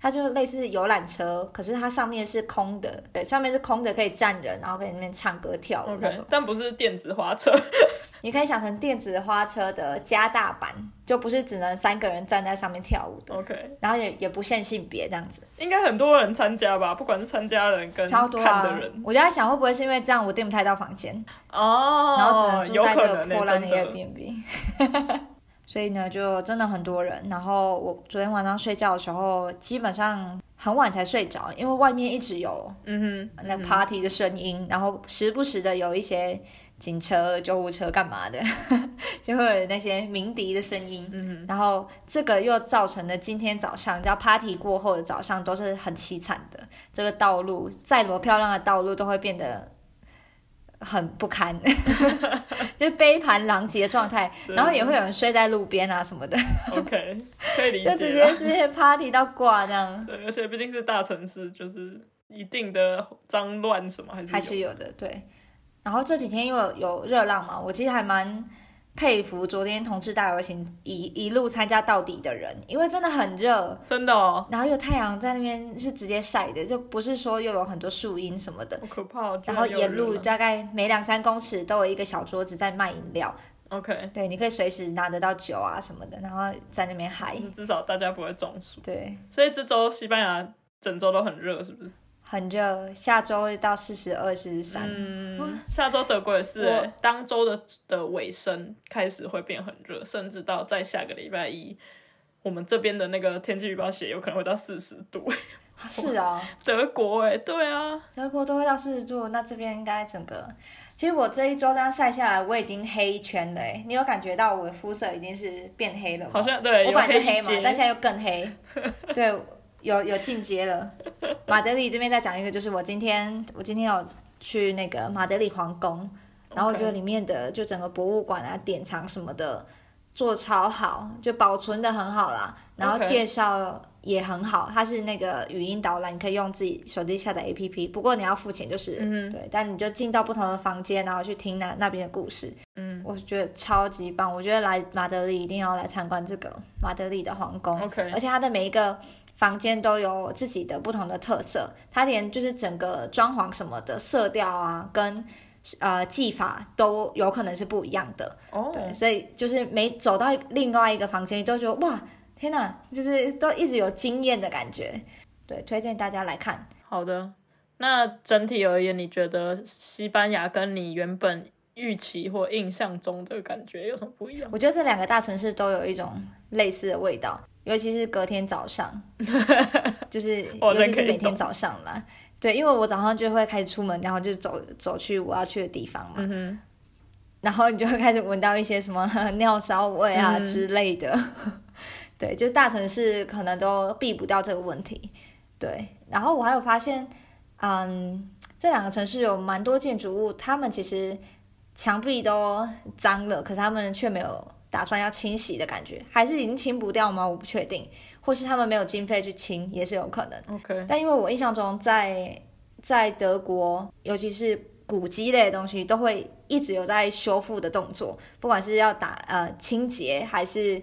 [SPEAKER 1] 它就类似游览车，可是它上面是空的，对，上面是空的，可以站人，然后可以在那边唱歌跳舞那
[SPEAKER 2] OK，
[SPEAKER 1] 种。
[SPEAKER 2] 但不是电子花车， <laughs>
[SPEAKER 1] 你可以想成电子花车的加大版，就不是只能三个人站在上面跳舞的，
[SPEAKER 2] OK，
[SPEAKER 1] 然后也也不限性别这样子，
[SPEAKER 2] 应该很多人参加吧？不管是参加人跟
[SPEAKER 1] 超
[SPEAKER 2] 看
[SPEAKER 1] 多啊
[SPEAKER 2] 的人，！
[SPEAKER 1] 我就在想，会不会是因为这样我订不太到房间，
[SPEAKER 2] 哦，
[SPEAKER 1] 然后只能住
[SPEAKER 2] 有
[SPEAKER 1] 在这
[SPEAKER 2] 可
[SPEAKER 1] 个
[SPEAKER 2] 能呢欸
[SPEAKER 1] 破烂的
[SPEAKER 2] 真的
[SPEAKER 1] Airbnb。所 <laughs> 以呢，就真的很多人。然后我昨天晚上睡觉的时候，基本上很晚才睡着，因为外面一直有
[SPEAKER 2] 嗯哼，
[SPEAKER 1] 那
[SPEAKER 2] 嗯
[SPEAKER 1] party 的声音，然后时不时的有一些警车、救护车干嘛的， <laughs> 就会有那些鸣笛的声音。
[SPEAKER 2] 嗯
[SPEAKER 1] 然后这个又造成了今天早上，你知道 party 过后的早上都是很凄惨的。这个道路再怎么漂亮的道路都会变得很不
[SPEAKER 2] <laughs>
[SPEAKER 1] 堪，就是杯盘狼藉的状态。
[SPEAKER 2] 是
[SPEAKER 1] 然后也会有人睡在路边啊什么的，
[SPEAKER 2] 哼，OK，
[SPEAKER 1] <laughs>
[SPEAKER 2] 可以理
[SPEAKER 1] 就直
[SPEAKER 2] 解
[SPEAKER 1] 接
[SPEAKER 2] 啦。
[SPEAKER 1] 是 party 到挂这样，
[SPEAKER 2] 对，而且毕竟是大城市，就是一定的脏乱什么还是
[SPEAKER 1] 还是有的对。然后这几天因为有热浪嘛，我其实还蛮佩服昨天同志大游行一一路参加到底的人，因为真的很热。
[SPEAKER 2] 真的哦，
[SPEAKER 1] 然后有太阳在那边是直接晒的，就不是说又有很多树荫什么的。
[SPEAKER 2] 好可怕、哦。居
[SPEAKER 1] 然后
[SPEAKER 2] 有
[SPEAKER 1] 沿
[SPEAKER 2] 人
[SPEAKER 1] 路
[SPEAKER 2] 啊
[SPEAKER 1] 大概每两三公尺都有一个小桌子在卖饮料，
[SPEAKER 2] OK，
[SPEAKER 1] 对，你可以随时拿得到酒啊什么的，然后在那边嗨
[SPEAKER 2] 就，是至少大家不会中暑。
[SPEAKER 1] 对，
[SPEAKER 2] 所以这周西班牙整周都很热，是不是？
[SPEAKER 1] 很热。下周会到四十二、四十三，
[SPEAKER 2] 嗯，下周德国也是、
[SPEAKER 1] 我
[SPEAKER 2] 欸，当周的的尾声开始会变很热，甚至到在下个礼拜一，我们这边的那个天气预报写有可能会到四十
[SPEAKER 1] <laughs>
[SPEAKER 2] 度。
[SPEAKER 1] 是啊、
[SPEAKER 2] 德国哎、对啊，
[SPEAKER 1] 德国都会到四十度，那这边应该整个，其实我这一周这样晒下来，我已经黑一圈了、欸。你有感觉到我的肤色已经是变黑了吗？
[SPEAKER 2] 好像对，
[SPEAKER 1] 我
[SPEAKER 2] 有
[SPEAKER 1] 本来就
[SPEAKER 2] 一
[SPEAKER 1] 黑嘛
[SPEAKER 2] 阶，
[SPEAKER 1] 但现在又更
[SPEAKER 2] <laughs>
[SPEAKER 1] 黑，对，有有进阶了。马德里这边再讲一个，就是我今天我今天有去那个马德里皇宫，然后我觉得
[SPEAKER 2] OK
[SPEAKER 1] 里面的就整个博物馆啊、典藏什么的做超好，就保存的很好啦，然后
[SPEAKER 2] OK
[SPEAKER 1] 介绍也很好。它是那个语音导览，你可以用自己手机下载 APP，不过你要付钱就是了。
[SPEAKER 2] 嗯
[SPEAKER 1] 对，但你就进到不同的房间，然后去听那那边的故事，
[SPEAKER 2] 嗯
[SPEAKER 1] 我觉得超级棒，我觉得来马德里一定要来参观这个马德里的皇宫
[SPEAKER 2] ，OK，
[SPEAKER 1] 而且它的每一个房间都有自己的不同的特色，它连就是整个装潢什么的色调啊，跟呃技法都有可能是不一样的。
[SPEAKER 2] 哦，
[SPEAKER 1] 对，所以就是每走到另外一个房间，都觉得哇，天哪，就是都一直有惊艳的感觉。对，推荐大家来看。
[SPEAKER 2] 好的，那整体而言，你觉得西班牙跟你原本预期或印象中的感觉有什么不一样？
[SPEAKER 1] 我觉得这两个大城市都有一种类似的味道，尤其是隔天早
[SPEAKER 2] <laughs>
[SPEAKER 1] 上，就是
[SPEAKER 2] 我
[SPEAKER 1] 尤
[SPEAKER 2] 真
[SPEAKER 1] 其
[SPEAKER 2] 哦可
[SPEAKER 1] 是
[SPEAKER 2] 以
[SPEAKER 1] 每天
[SPEAKER 2] 懂
[SPEAKER 1] 早上啦。对，因为我早上就会开始出门，然后就走走去我要去的地方嘛，
[SPEAKER 2] 嗯哼，
[SPEAKER 1] 然后你就会开始闻到一些什么 <laughs> 尿骚味啊
[SPEAKER 2] 嗯
[SPEAKER 1] 之类的。 <laughs> 对，就是大城市可能都避不掉这个问题。对，然后我还有发现，嗯，这两个城市有蛮多建筑物，他们其实墙壁都脏了，可是他们却没有打算要清洗的感觉，还是已经清不掉吗？我不确定，或是他们没有经费去清，也是有可能。
[SPEAKER 2] OK，
[SPEAKER 1] 但因为我印象中在在德国，尤其是古迹类的东西，都会一直有在修复的动作，不管是要打呃清洁，还是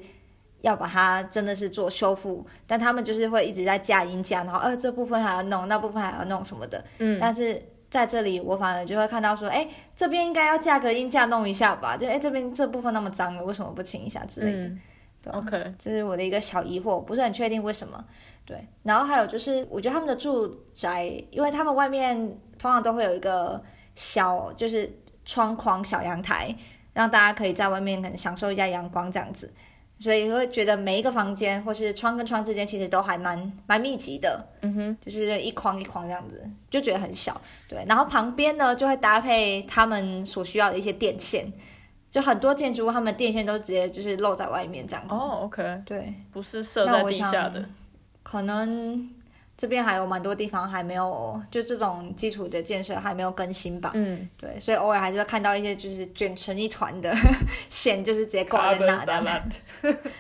[SPEAKER 1] 要把它真的是做修复，但他们就是会一直在架音架，然后呃这部分还要弄，那部分还要弄什么的。
[SPEAKER 2] 嗯，
[SPEAKER 1] 但是在这里，我反而就会看到说，哎、这边应该要架个音架弄一下吧，就哎、这边这部分那么脏了，为什么不清一下之类的。
[SPEAKER 2] 嗯
[SPEAKER 1] 对啊
[SPEAKER 2] ，OK，
[SPEAKER 1] 这是我的一个小疑惑，不是很确定为什么。对，然后还有就是，我觉得他们的住宅，因为他们外面通常都会有一个小就是窗框、小阳台，让大家可以在外面可能享受一下阳光这样子，所以会觉得每一个房间或是窗跟窗之间其实都还蛮蛮密集的，
[SPEAKER 2] 嗯哼，
[SPEAKER 1] 就是一框一框这样子，就觉得很小。对，然后旁边呢就会搭配他们所需要的一些电线，就很多建筑物他们电线都直接就是露在外面这样子。
[SPEAKER 2] 哦，OK，
[SPEAKER 1] 对，
[SPEAKER 2] 不是设
[SPEAKER 1] 那
[SPEAKER 2] 在
[SPEAKER 1] 我
[SPEAKER 2] 地
[SPEAKER 1] 想
[SPEAKER 2] 下的，
[SPEAKER 1] 可能这边还有蛮多地方还没有，就这种基础的建设还没有更新吧。
[SPEAKER 2] 嗯，
[SPEAKER 1] 对，所以偶尔还是会看到一些就是卷成一团的 <laughs> 线，就是直接挂在那
[SPEAKER 2] carbon
[SPEAKER 1] 的。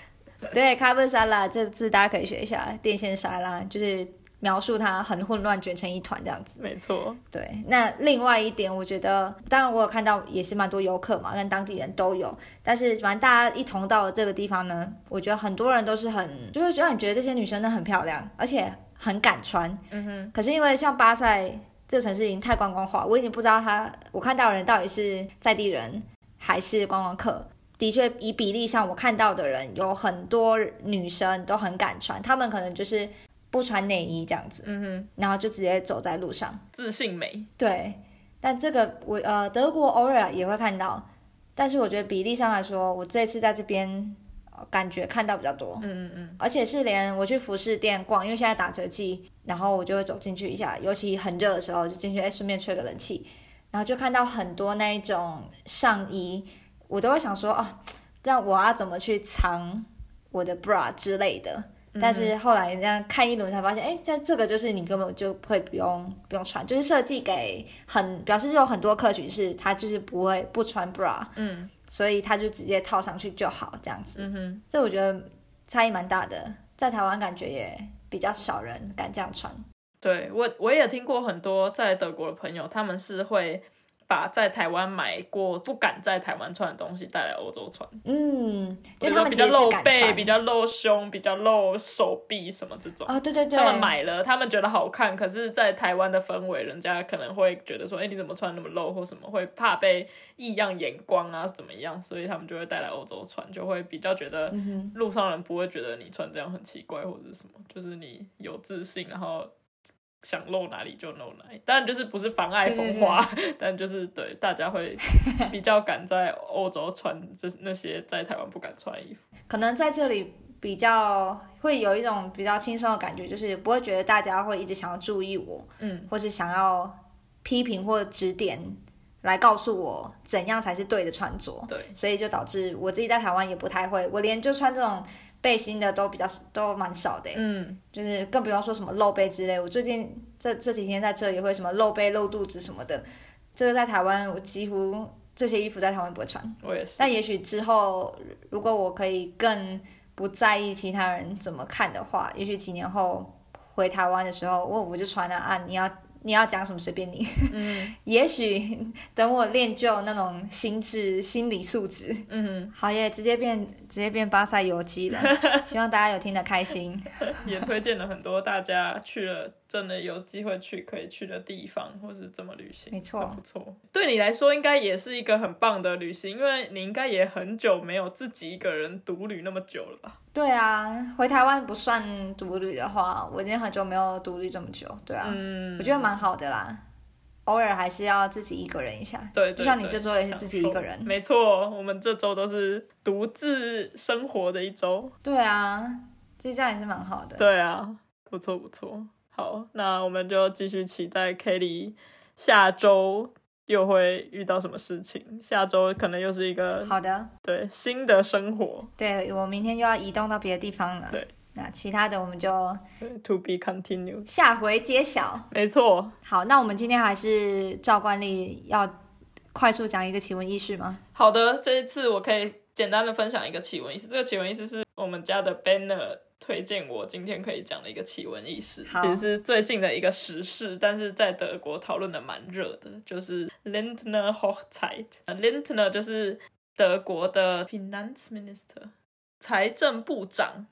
[SPEAKER 2] salad
[SPEAKER 1] 对，carbon salad 这个字大家可以学一下，电线沙拉就是。描述它很混乱，卷成一团这样子。
[SPEAKER 2] 没错，
[SPEAKER 1] 对，那另外一点，我觉得，当然我有看到也是蛮多游客嘛，跟当地人都有，但是反正大家一同到了这个地方呢，我觉得很多人都是很，就会觉得你觉得这些女生真的很漂亮，而且很敢穿。
[SPEAKER 2] 嗯哼，
[SPEAKER 1] 可是因为像巴塞这个城市已经太观光化，我已经不知道他我看到的人到底是在地人还是观光客。的确，以比例上，我看到的人有很多女生都很敢穿，她们可能就是不穿内衣这样子，
[SPEAKER 2] 嗯哼，
[SPEAKER 1] 然后就直接走在路上。
[SPEAKER 2] 自信美，
[SPEAKER 1] 对，但这个我呃德国偶尔也会看到，但是我觉得比例上来说，我这次在这边呃感觉看到比较多，
[SPEAKER 2] 嗯嗯嗯，
[SPEAKER 1] 而且是连我去服饰店逛，因为现在打折季，然后我就会走进去一下，尤其很热的时候就进去，哎，顺便吹个冷气，然后就看到很多那一种上衣，我都会想说哦，那我要怎么去藏我的 bra 之类的。但是后来这样看一轮才发现，哎、像这个就是你根本就可以不用不用穿，就是设计给很表示有很多客群是他就是不会不穿 bra，
[SPEAKER 2] 嗯
[SPEAKER 1] 所以他就直接套上去就好这样子。
[SPEAKER 2] 嗯哼，
[SPEAKER 1] 这我觉得差异蛮大的，在台湾感觉也比较少人敢这样穿。
[SPEAKER 2] 对我我也听过很多在德国的朋友，他们是会把在台湾买过不敢在台湾穿的东西带来欧洲穿，
[SPEAKER 1] 嗯，就
[SPEAKER 2] 比如
[SPEAKER 1] 他
[SPEAKER 2] 说
[SPEAKER 1] 们
[SPEAKER 2] 比
[SPEAKER 1] 其
[SPEAKER 2] 较
[SPEAKER 1] 实是
[SPEAKER 2] 露
[SPEAKER 1] 敢
[SPEAKER 2] 背、
[SPEAKER 1] 穿
[SPEAKER 2] 比。较露胸、比较露手臂什么这种。
[SPEAKER 1] 哦，对对对，
[SPEAKER 2] 他们买了，他们觉得好看，可是，在台湾的氛围，人家可能会觉得说，哎、你怎么穿那么露，或什么，会怕被异样眼光啊，怎么样，所以他们就会带来欧洲穿，就会比较觉得路上人不会觉得你穿这样很奇怪或者是什么，就是你有自信，然后想露哪里就露哪里，当然就是不是妨碍风化， <laughs> 但就是对大家会比较敢在欧洲穿，就是那些在台湾不敢穿的衣服。
[SPEAKER 1] 可能在这里比较会有一种比较轻松的感觉，就是不会觉得大家会一直想要注意我，
[SPEAKER 2] <laughs> 嗯，
[SPEAKER 1] 或是想要批评或指点来告诉我怎样才是对的穿着，
[SPEAKER 2] 对，
[SPEAKER 1] 所以就导致我自己在台湾也不太会，我连就穿这种背心的都比较都蛮少的欸、
[SPEAKER 2] 嗯，
[SPEAKER 1] 就是更不用说什么露背之类。我最近这这几天在这里会什么露背、露肚子什么的，这个在台湾我几乎这些衣服在台湾不会穿。
[SPEAKER 2] 我也是。
[SPEAKER 1] 那也许之后，如果我可以更不在意其他人怎么看的话，也许几年后回台湾的时候，我我就穿了啊，你要你要讲什么随便你。
[SPEAKER 2] 嗯
[SPEAKER 1] <laughs> 也许等我练就那种心智、心理素质，
[SPEAKER 2] 嗯，
[SPEAKER 1] 好耶，直接变直接变巴塞游击
[SPEAKER 2] <laughs>
[SPEAKER 1] 了。希望大家有听得开心。
[SPEAKER 2] 也推荐了很多大家去了真的有机会去可以去的地方，或是怎么旅行，
[SPEAKER 1] 没错
[SPEAKER 2] 很不错。对你来说应该也是一个很棒的旅行，因为你应该也很久没有自己一个人独旅那么久了吧？
[SPEAKER 1] 对啊，回台湾不算独旅的话，我已经很久没有独旅这么久。对啊，
[SPEAKER 2] 嗯，
[SPEAKER 1] 我觉得蛮好的啦。偶尔还是要自己一个人一下，
[SPEAKER 2] 对对
[SPEAKER 1] 就像你
[SPEAKER 2] 对
[SPEAKER 1] 这周也是自己一个人
[SPEAKER 2] 享受。没错，我们这周都是独自生活的一周。
[SPEAKER 1] 对啊，其实这样也是蛮好的。
[SPEAKER 2] 对啊，不错不错。好，那我们就继续期待 Kelly 下周又会遇到什么事情。下周可能又是一个
[SPEAKER 1] 好的，
[SPEAKER 2] 对新的生活
[SPEAKER 1] 对我明天就要移动到别的地方了。
[SPEAKER 2] 对，
[SPEAKER 1] 那其他的我们就
[SPEAKER 2] 对，to be continued。
[SPEAKER 1] 下回揭晓。
[SPEAKER 2] 没错，
[SPEAKER 1] 好，那我们今天还是照惯例要快速讲一个奇闻异事吗？
[SPEAKER 2] 好的，这一次我可以简单的分享一个奇闻异事。这个奇闻异事是我们家的 Banner 推荐我今天可以讲的一个奇闻异事，
[SPEAKER 1] 好
[SPEAKER 2] 其实是最近的一个时事，但是在德国讨论的蛮热的，就是 Lindner Hochzeit。呃 Lindner 就是德国的 Finanzminister 财政部长，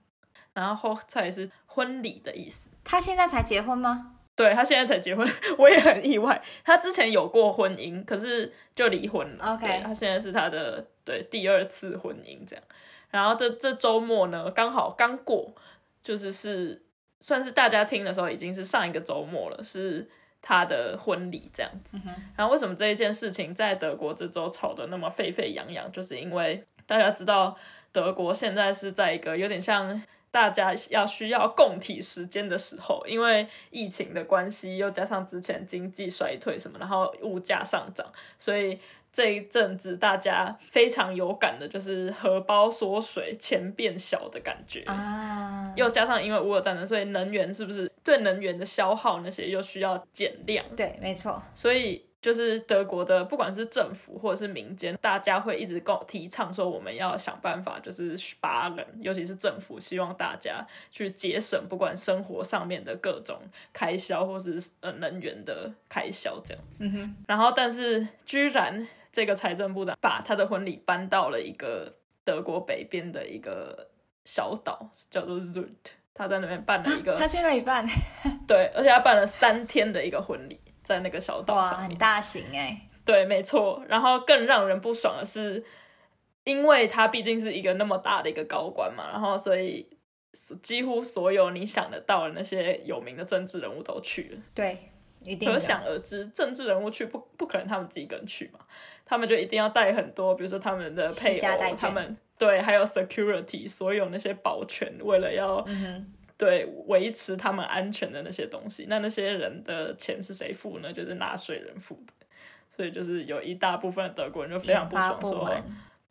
[SPEAKER 2] 然后 Hochzeit 是婚礼的意思。
[SPEAKER 1] 他现在才结婚吗？
[SPEAKER 2] 对他现在才结婚，我也很意外。他之前有过婚姻，可是就离婚了。
[SPEAKER 1] OK
[SPEAKER 2] 对他现在是他的对第二次婚姻这样。然后这这周末呢，刚好刚过，就是是算是大家听的时候已经是上一个周末了，是他的婚礼这样子。然后为什么这一件事情在德国这周吵得那么沸沸扬扬，就是因为大家知道德国现在是在一个有点像大家要需要共体时间的时候，因为疫情的关系，又加上之前经济衰退什么，然后物价上涨，所以这一阵子大家非常有感的就是荷包缩水、钱变小的感觉。
[SPEAKER 1] 啊，
[SPEAKER 2] 又加上因为乌俄战争，所以能源是不是对能源的消耗那些又需要减量？
[SPEAKER 1] 对，没错，
[SPEAKER 2] 所以就是德国的，不管是政府或者是民间，大家会一直共提倡说，我们要想办法，就是把人，尤其是政府，希望大家去节省，不管生活上面的各种开销，或是呃能源的开销这样子。
[SPEAKER 1] 嗯哼，
[SPEAKER 2] 然后，但是居然这个财政部长把他的婚礼搬到了一个德国北边的一个小岛，叫做 Zut，他在那边办了一个
[SPEAKER 1] 他去那里办，
[SPEAKER 2] 对，而且他办了三天的一个婚礼，在那个小岛
[SPEAKER 1] 哇，
[SPEAKER 2] 上面
[SPEAKER 1] 很大型哎、
[SPEAKER 2] 对，没错。然后更让人不爽的是，因为他毕竟是一个那么大的一个高官嘛，然后所以几乎所有你想得到的那些有名的政治人物都去了。
[SPEAKER 1] 对，一定
[SPEAKER 2] 可
[SPEAKER 1] 的。
[SPEAKER 2] 想而知，政治人物去不不可能他们自己一个人去嘛，他们就一定要带很多，比如说他们的配
[SPEAKER 1] 私家代
[SPEAKER 2] 偶，
[SPEAKER 1] 眷
[SPEAKER 2] 他们对，还有 security 所有那些保全，为了要、
[SPEAKER 1] 嗯
[SPEAKER 2] 对维持他们安全的那些东西。那那些人的钱是谁付呢？就是纳税人付的，所以就是有一大部分的德国人就非常
[SPEAKER 1] 研
[SPEAKER 2] 不
[SPEAKER 1] 发
[SPEAKER 2] 爽
[SPEAKER 1] 部
[SPEAKER 2] 说，
[SPEAKER 1] 门，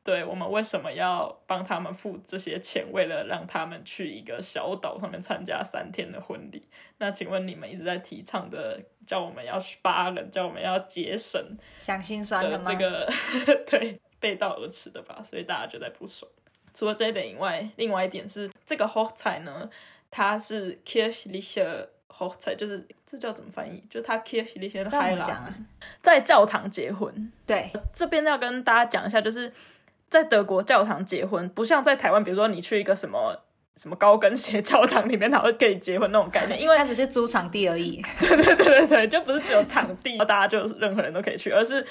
[SPEAKER 2] 对我们为什么要帮他们付这些钱？为了让他们去一个小岛上面参加三天的婚礼？那请问你们一直在提倡的，叫我们要 sparen，叫我们要节省
[SPEAKER 1] 讲心酸
[SPEAKER 2] 的
[SPEAKER 1] 的吗？
[SPEAKER 2] 这个， <laughs> 对，背道而驰的吧？所以大家就在不爽。除了这一点以外，另外一点是这个 Hochzeit 呢，它是 kirchliche Hochzeit，就是这叫怎么翻译？就是它 kirchliche
[SPEAKER 1] 这要怎么讲
[SPEAKER 2] Heirat，
[SPEAKER 1] 啊？
[SPEAKER 2] 在教堂结婚。
[SPEAKER 1] 对，
[SPEAKER 2] 这边要跟大家讲一下，就是在德国教堂结婚，不像在台湾，比如说你去一个什么什么高跟鞋教堂里面，然后跟你结婚那种概念，因为
[SPEAKER 1] 那只是租场地而已。
[SPEAKER 2] 对对对对，就不是只有场地， <laughs> 大家就任何人都可以去，而是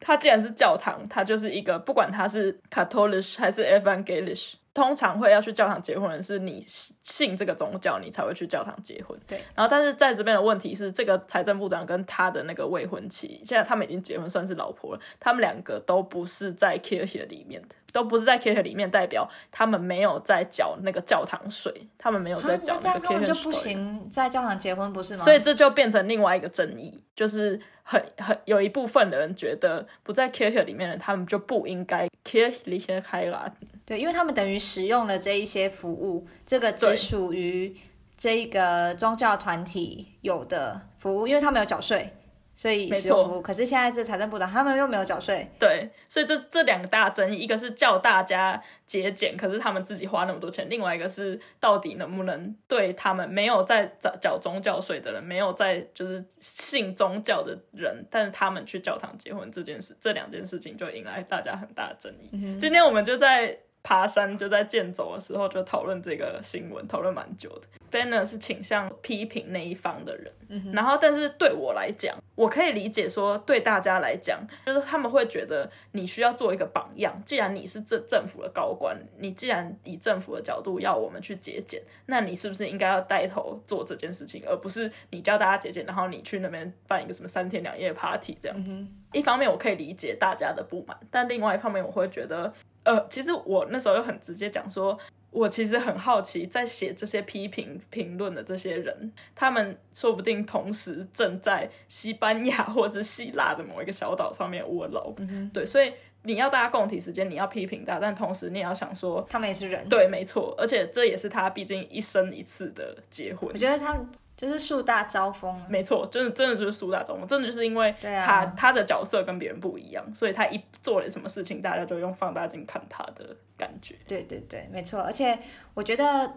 [SPEAKER 2] 它既然是教堂，它就是一个不管它是 Catholic 还是 Evangelic，通常会要去教堂结婚的人是你信信这个宗教，你才会去教堂结婚。
[SPEAKER 1] 对，
[SPEAKER 2] 然后但是在这边的问题是，这个财政部长跟他的那个未婚妻，现在他们已经结婚，算是老婆了，他们两个都不是在 Kirche 里面的。都不是在 Kirche 里面，代表他们没有在缴那个教堂税，他们没有
[SPEAKER 1] 啊
[SPEAKER 2] 在
[SPEAKER 1] 那
[SPEAKER 2] 缴
[SPEAKER 1] 这
[SPEAKER 2] 那
[SPEAKER 1] 样
[SPEAKER 2] 个
[SPEAKER 1] 他
[SPEAKER 2] Kirche
[SPEAKER 1] 们
[SPEAKER 2] 税。
[SPEAKER 1] 就不行在教堂结婚不是吗？
[SPEAKER 2] 所以这就变成另外一个争议，就是很很有一部分的人觉得不在 Kirche 里面的他们就不应该 Kirche 里先开啦。
[SPEAKER 1] 对，因为他们等于使用了这一些服务，这个
[SPEAKER 2] 对
[SPEAKER 1] 只属于这个宗教团体有的服务，因为他们有缴税，所以
[SPEAKER 2] 没
[SPEAKER 1] 使用
[SPEAKER 2] 错
[SPEAKER 1] 服务。可是现在这财政部长他们又没有缴税，
[SPEAKER 2] 对，所以这这两个大争议，一个是叫大家节俭，可是他们自己花那么多钱；，另外一个是到底能不能对他们没有在缴缴宗教税的人，没有在就是信宗教的人，但是他们去教堂结婚这件事，这两件事情就引来大家很大的争议。今天我们就在爬山，就在健走的时候就讨论这个新闻，讨论蛮久的。Banner 是倾向批评那一方的人，
[SPEAKER 1] 嗯
[SPEAKER 2] 然后但是对我来讲，我可以理解说，对大家来讲，就是他们会觉得你需要做一个榜样。既然你是政政府的高官，你既然以政府的角度要我们去节俭，那你是不是应该要带头做这件事情，而不是你教大家节俭，然后你去那边办一个什么三天两夜 party 这样
[SPEAKER 1] 嗯
[SPEAKER 2] 子？一方面我可以理解大家的不满，但另外一方面我会觉得，呃，其实我那时候又很直接讲说，我其实很好奇，在写这些批评评论的这些人，他们说不定同时正在西班牙或是希腊的某一个小岛上面窝牢，
[SPEAKER 1] 嗯
[SPEAKER 2] 对，所以你要大家共体时间，你要批评他，但同时你也要想说。
[SPEAKER 1] 他们也是人。，
[SPEAKER 2] 对，没错，而且这也是他毕竟一生一次的结婚
[SPEAKER 1] 我。觉得他们就是树大招风啊。
[SPEAKER 2] 没错，真的真的就是苏大中，真的就是因为他、
[SPEAKER 1] 对啊
[SPEAKER 2] 他的角色跟别人不一样，所以他一做了什么事情，大家就用放大镜看他的感觉。
[SPEAKER 1] 对对对，没错。而且我觉得，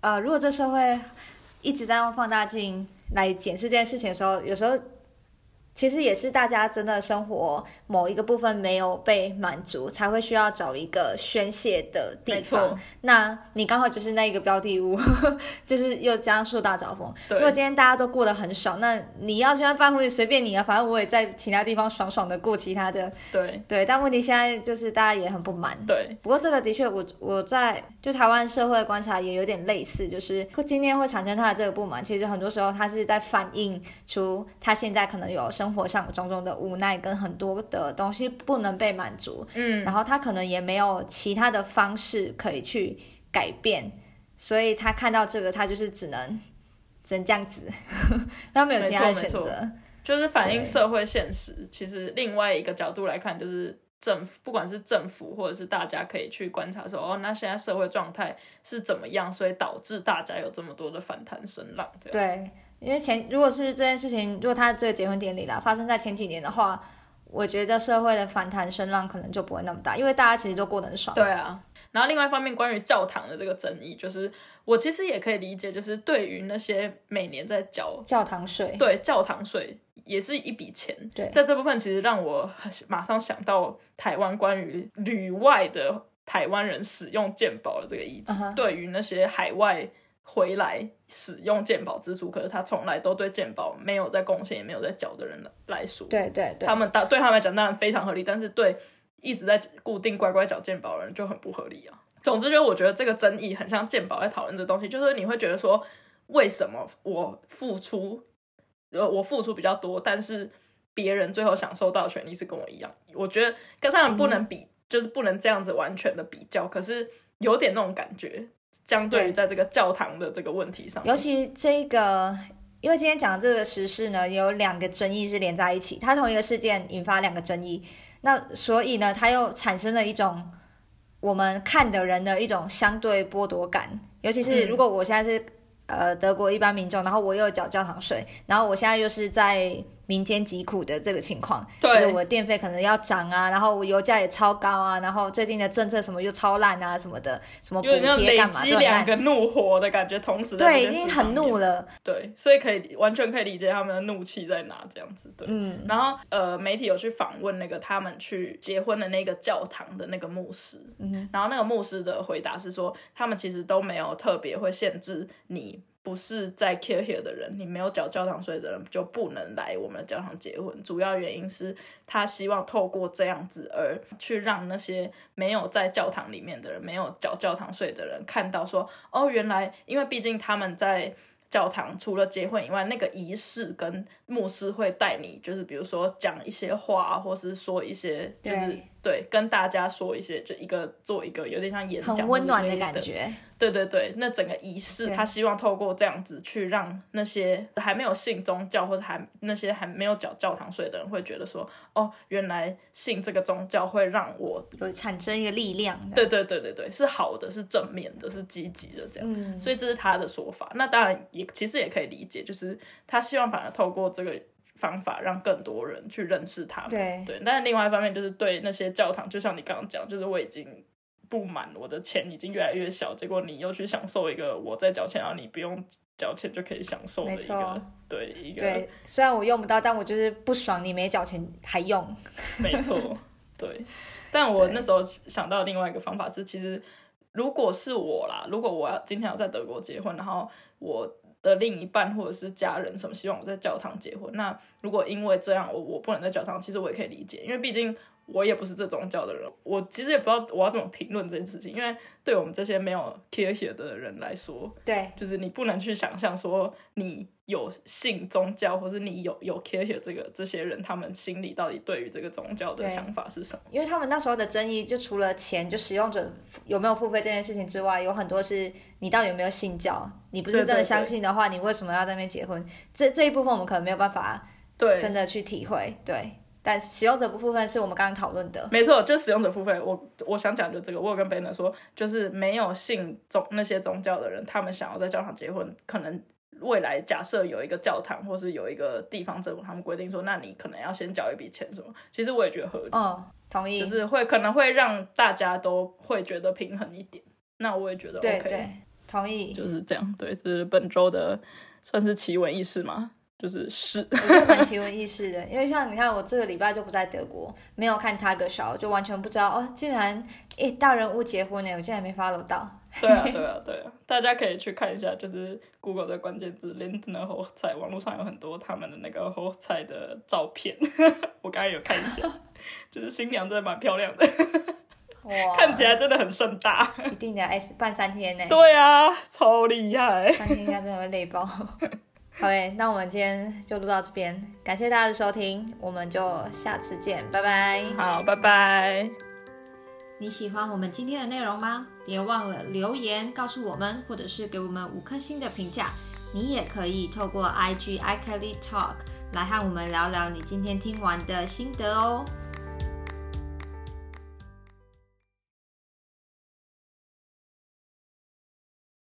[SPEAKER 1] 呃，如果这社会一直在用放大镜来检视这件事情的时候，有时候其实也是大家真的生活某一个部分没有被满足，才会需要找一个宣泄的地
[SPEAKER 2] 没错
[SPEAKER 1] 方。那你刚好就是那一个标的物，就是又加上树大招风。
[SPEAKER 2] 对
[SPEAKER 1] 如果今天大家都过得很爽，那你要去那办婚礼随便你啊，反正我也在其他地方爽爽的过其他的。
[SPEAKER 2] 对
[SPEAKER 1] 对，但问题现在就是大家也很不满。
[SPEAKER 2] 对
[SPEAKER 1] 不过这个的确我，我在就台湾社会观察也有点类似，就是会今天会产生他的这个不满，其实很多时候他是在反映出他现在可能有生活上种种的无奈跟很多的东西不能被满足，
[SPEAKER 2] 嗯，
[SPEAKER 1] 然后他可能也没有其他的方式可以去改变，所以他看到这个，他就是只能只能这样子， <laughs> 他没有其他的
[SPEAKER 2] 没错
[SPEAKER 1] 选
[SPEAKER 2] 没错
[SPEAKER 1] 择。
[SPEAKER 2] 就是反映
[SPEAKER 1] 对
[SPEAKER 2] 社会现实。其实另外一个角度来看，就是政府，不管是政府或者是大家可以去观察说，哦，那现在社会状态是怎么样，所以导致大家有这么多的反弹声浪。这样
[SPEAKER 1] 对，因为前如果是这件事情，如果他这个结婚典礼啦发生在前几年的话，我觉得社会的反弹声浪可能就不会那么大，因为大家其实都过得很爽。
[SPEAKER 2] 对啊，然后另外一方面，关于教堂的这个争议，就是我其实也可以理解，就是对于那些每年在缴
[SPEAKER 1] 教堂税，
[SPEAKER 2] 对教堂税也是一笔钱。
[SPEAKER 1] 对
[SPEAKER 2] 在这部分其实让我很马上想到台湾关于旅外的台湾人使用健保的这个议题
[SPEAKER 1] 嗯哼
[SPEAKER 2] 对于那些海外。回来使用健保支出，可是他从来都对健保没有在贡献，也没有在缴的人来来说，
[SPEAKER 1] 对对对
[SPEAKER 2] 他们当对他们来讲当然非常合理，但是对一直在固定乖乖缴健保的人就很不合理啊。总之，就是我觉得这个争议很像健保在讨论这东西，就是你会觉得说，为什么我付出，呃，我付出比较多，但是别人最后享受到的权利是跟我一样？我觉得跟他们不
[SPEAKER 1] 嗯
[SPEAKER 2] 能比，就是不能这样子完全的比较，可是有点那种感觉。相对于
[SPEAKER 1] 对
[SPEAKER 2] 在这个教堂的这个问题上面，
[SPEAKER 1] 尤其这个，因为今天讲的这个时事呢，有两个争议是连在一起，它同一个事件引发两个争议，那所以呢，它又产生了一种我们看的人的一种相对剥夺感。尤其是
[SPEAKER 2] 嗯
[SPEAKER 1] 如果我现在是、呃德国一般民众，然后我又缴教堂税，然后我现在又是在民间疾苦的这个情况，就
[SPEAKER 2] 对
[SPEAKER 1] 是我的电费可能要涨啊，然后我油价也超高啊，然后最近的政策什么又超烂啊，什么的，什么补
[SPEAKER 2] 有点像
[SPEAKER 1] 贴
[SPEAKER 2] 累
[SPEAKER 1] 干嘛
[SPEAKER 2] 积
[SPEAKER 1] 都很
[SPEAKER 2] 两
[SPEAKER 1] 烂。
[SPEAKER 2] 个怒火的感觉，同时在
[SPEAKER 1] 对，
[SPEAKER 2] 这
[SPEAKER 1] 已
[SPEAKER 2] 件
[SPEAKER 1] 经
[SPEAKER 2] 事
[SPEAKER 1] 很
[SPEAKER 2] 上
[SPEAKER 1] 怒
[SPEAKER 2] 面
[SPEAKER 1] 了。
[SPEAKER 2] 对，所以可以完全可以理解他们的怒气在哪这样子。对，
[SPEAKER 1] 嗯，
[SPEAKER 2] 然后呃，媒体有去访问那个他们去结婚的那个教堂的那个牧师，
[SPEAKER 1] 嗯
[SPEAKER 2] 然后那个牧师的回答是说，他们其实都没有特别会限制你。不是在 care here 的人，你没有缴教堂税的人就不能来我们的教堂结婚。主要原因是他希望透过这样子而去让那些没有在教堂里面的人、没有缴教堂税的人看到说，哦，原来因为毕竟他们在教堂除了结婚以外，那个仪式跟牧师会带你，就是比如说讲一些话，或是说一些，就是
[SPEAKER 1] 对
[SPEAKER 2] 对跟大家说一些，就一个做一个有点像演讲，
[SPEAKER 1] 很温暖的
[SPEAKER 2] 或者
[SPEAKER 1] 感
[SPEAKER 2] 是
[SPEAKER 1] 觉。
[SPEAKER 2] 对对对，那整个仪式，
[SPEAKER 1] 对
[SPEAKER 2] 他希望透过这样子去让那些还没有信宗教或者还那些还没有缴教堂税的人，会觉得说，哦，原来信这个宗教会让我，
[SPEAKER 1] 有产生一个力量的。
[SPEAKER 2] 对对对对对，是好的，是正面的，是积极的这样。
[SPEAKER 1] 嗯，
[SPEAKER 2] 所以这是他的说法。那当然也其实也可以理解，就是他希望反而透过这个方法让更多人去认识他们。
[SPEAKER 1] 对
[SPEAKER 2] 对，但是另外一方面就是对那些教堂，就像你刚刚讲，就是我已经不满，我的钱已经越来越小，结果你又去享受一个我在缴钱，然后你不用缴钱就可以享受的
[SPEAKER 1] 没
[SPEAKER 2] 一
[SPEAKER 1] 错
[SPEAKER 2] 个，对一个，
[SPEAKER 1] 对，虽然我用不到，但我就是不爽你没缴钱还用。
[SPEAKER 2] 没错， <laughs> 对。但我
[SPEAKER 1] 对
[SPEAKER 2] 那时候想到另外一个方法是，其实如果是我啦，如果我要今天要在德国结婚，然后我的另一半或者是家人什么希望我在教堂结婚，那如果因为这样我我不能在教堂，其实我也可以理解，因为毕竟。我也不是这宗教的人，我其实也不知道我要怎么评论这件事情，因为对我们这些没有 care here 的人来说，
[SPEAKER 1] 对，
[SPEAKER 2] 就是你不能去想象说你有信宗教，或是你有有 care here 这个这些人，他们心里到底对于这个宗教的
[SPEAKER 1] 对
[SPEAKER 2] 想法是什么？
[SPEAKER 1] 因为他们那时候的争议，就除了钱，就使用者有没有付费这件事情之外，有很多是你到底有没有信教。你不是
[SPEAKER 2] 对对
[SPEAKER 1] 真的相
[SPEAKER 2] 对
[SPEAKER 1] 信的话，你为什么要在那边结婚？这这一部分我们可能没有办法
[SPEAKER 2] 对，
[SPEAKER 1] 真的去体会。对，但使用者不付费是我们刚刚讨论的。
[SPEAKER 2] 没错，就使用者付费。我我想讲就这个，我有跟 b e n 说，就是没有信宗那些宗教的人，他们想要在教堂结婚，可能未来假设有一个教堂或是有一个地方政府，他们规定说，那你可能要先缴一笔钱什么。其实我也觉得合理。
[SPEAKER 1] 嗯，同意。
[SPEAKER 2] 就是会可能会让大家都会觉得平衡一点，那我也觉得 OK，
[SPEAKER 1] 对对，同意。
[SPEAKER 2] 就是这样，对，这是本周的算是奇闻异事嘛，就是是，
[SPEAKER 1] 蛮奇闻异事的，因为像你看，我这个礼拜就不在德国，没有看他个小，就完全不知道哦，竟然诶大人物结婚呢，我竟然没 follow 到。
[SPEAKER 2] <laughs> 对啊，对 <laughs> 啊，对啊，大家可以去看一下，就是 Google 的关键字 Lindner h o c h e i 网络上有很多他们的那个 h o c h e i 的照片， <laughs> 我刚刚有看一下，就是新娘真的蛮漂亮的，
[SPEAKER 1] 哇，
[SPEAKER 2] 看起来真的很盛大，
[SPEAKER 1] 一定得哎办三天
[SPEAKER 2] <laughs>
[SPEAKER 1] 呢，
[SPEAKER 2] 对啊，超厉害，
[SPEAKER 1] 三天应该真的会累爆。 <laughs> 好诶，那我们今天就录到这边，感谢大家的收听，我们就下次见，拜拜。
[SPEAKER 2] 好，拜拜。
[SPEAKER 1] 你喜欢我们今天的内容吗？别忘了留言告诉我们，或者是给我们五颗星的评价。你也可以透过 IG iKelly Talk 来和我们聊聊你今天听完的心得哦。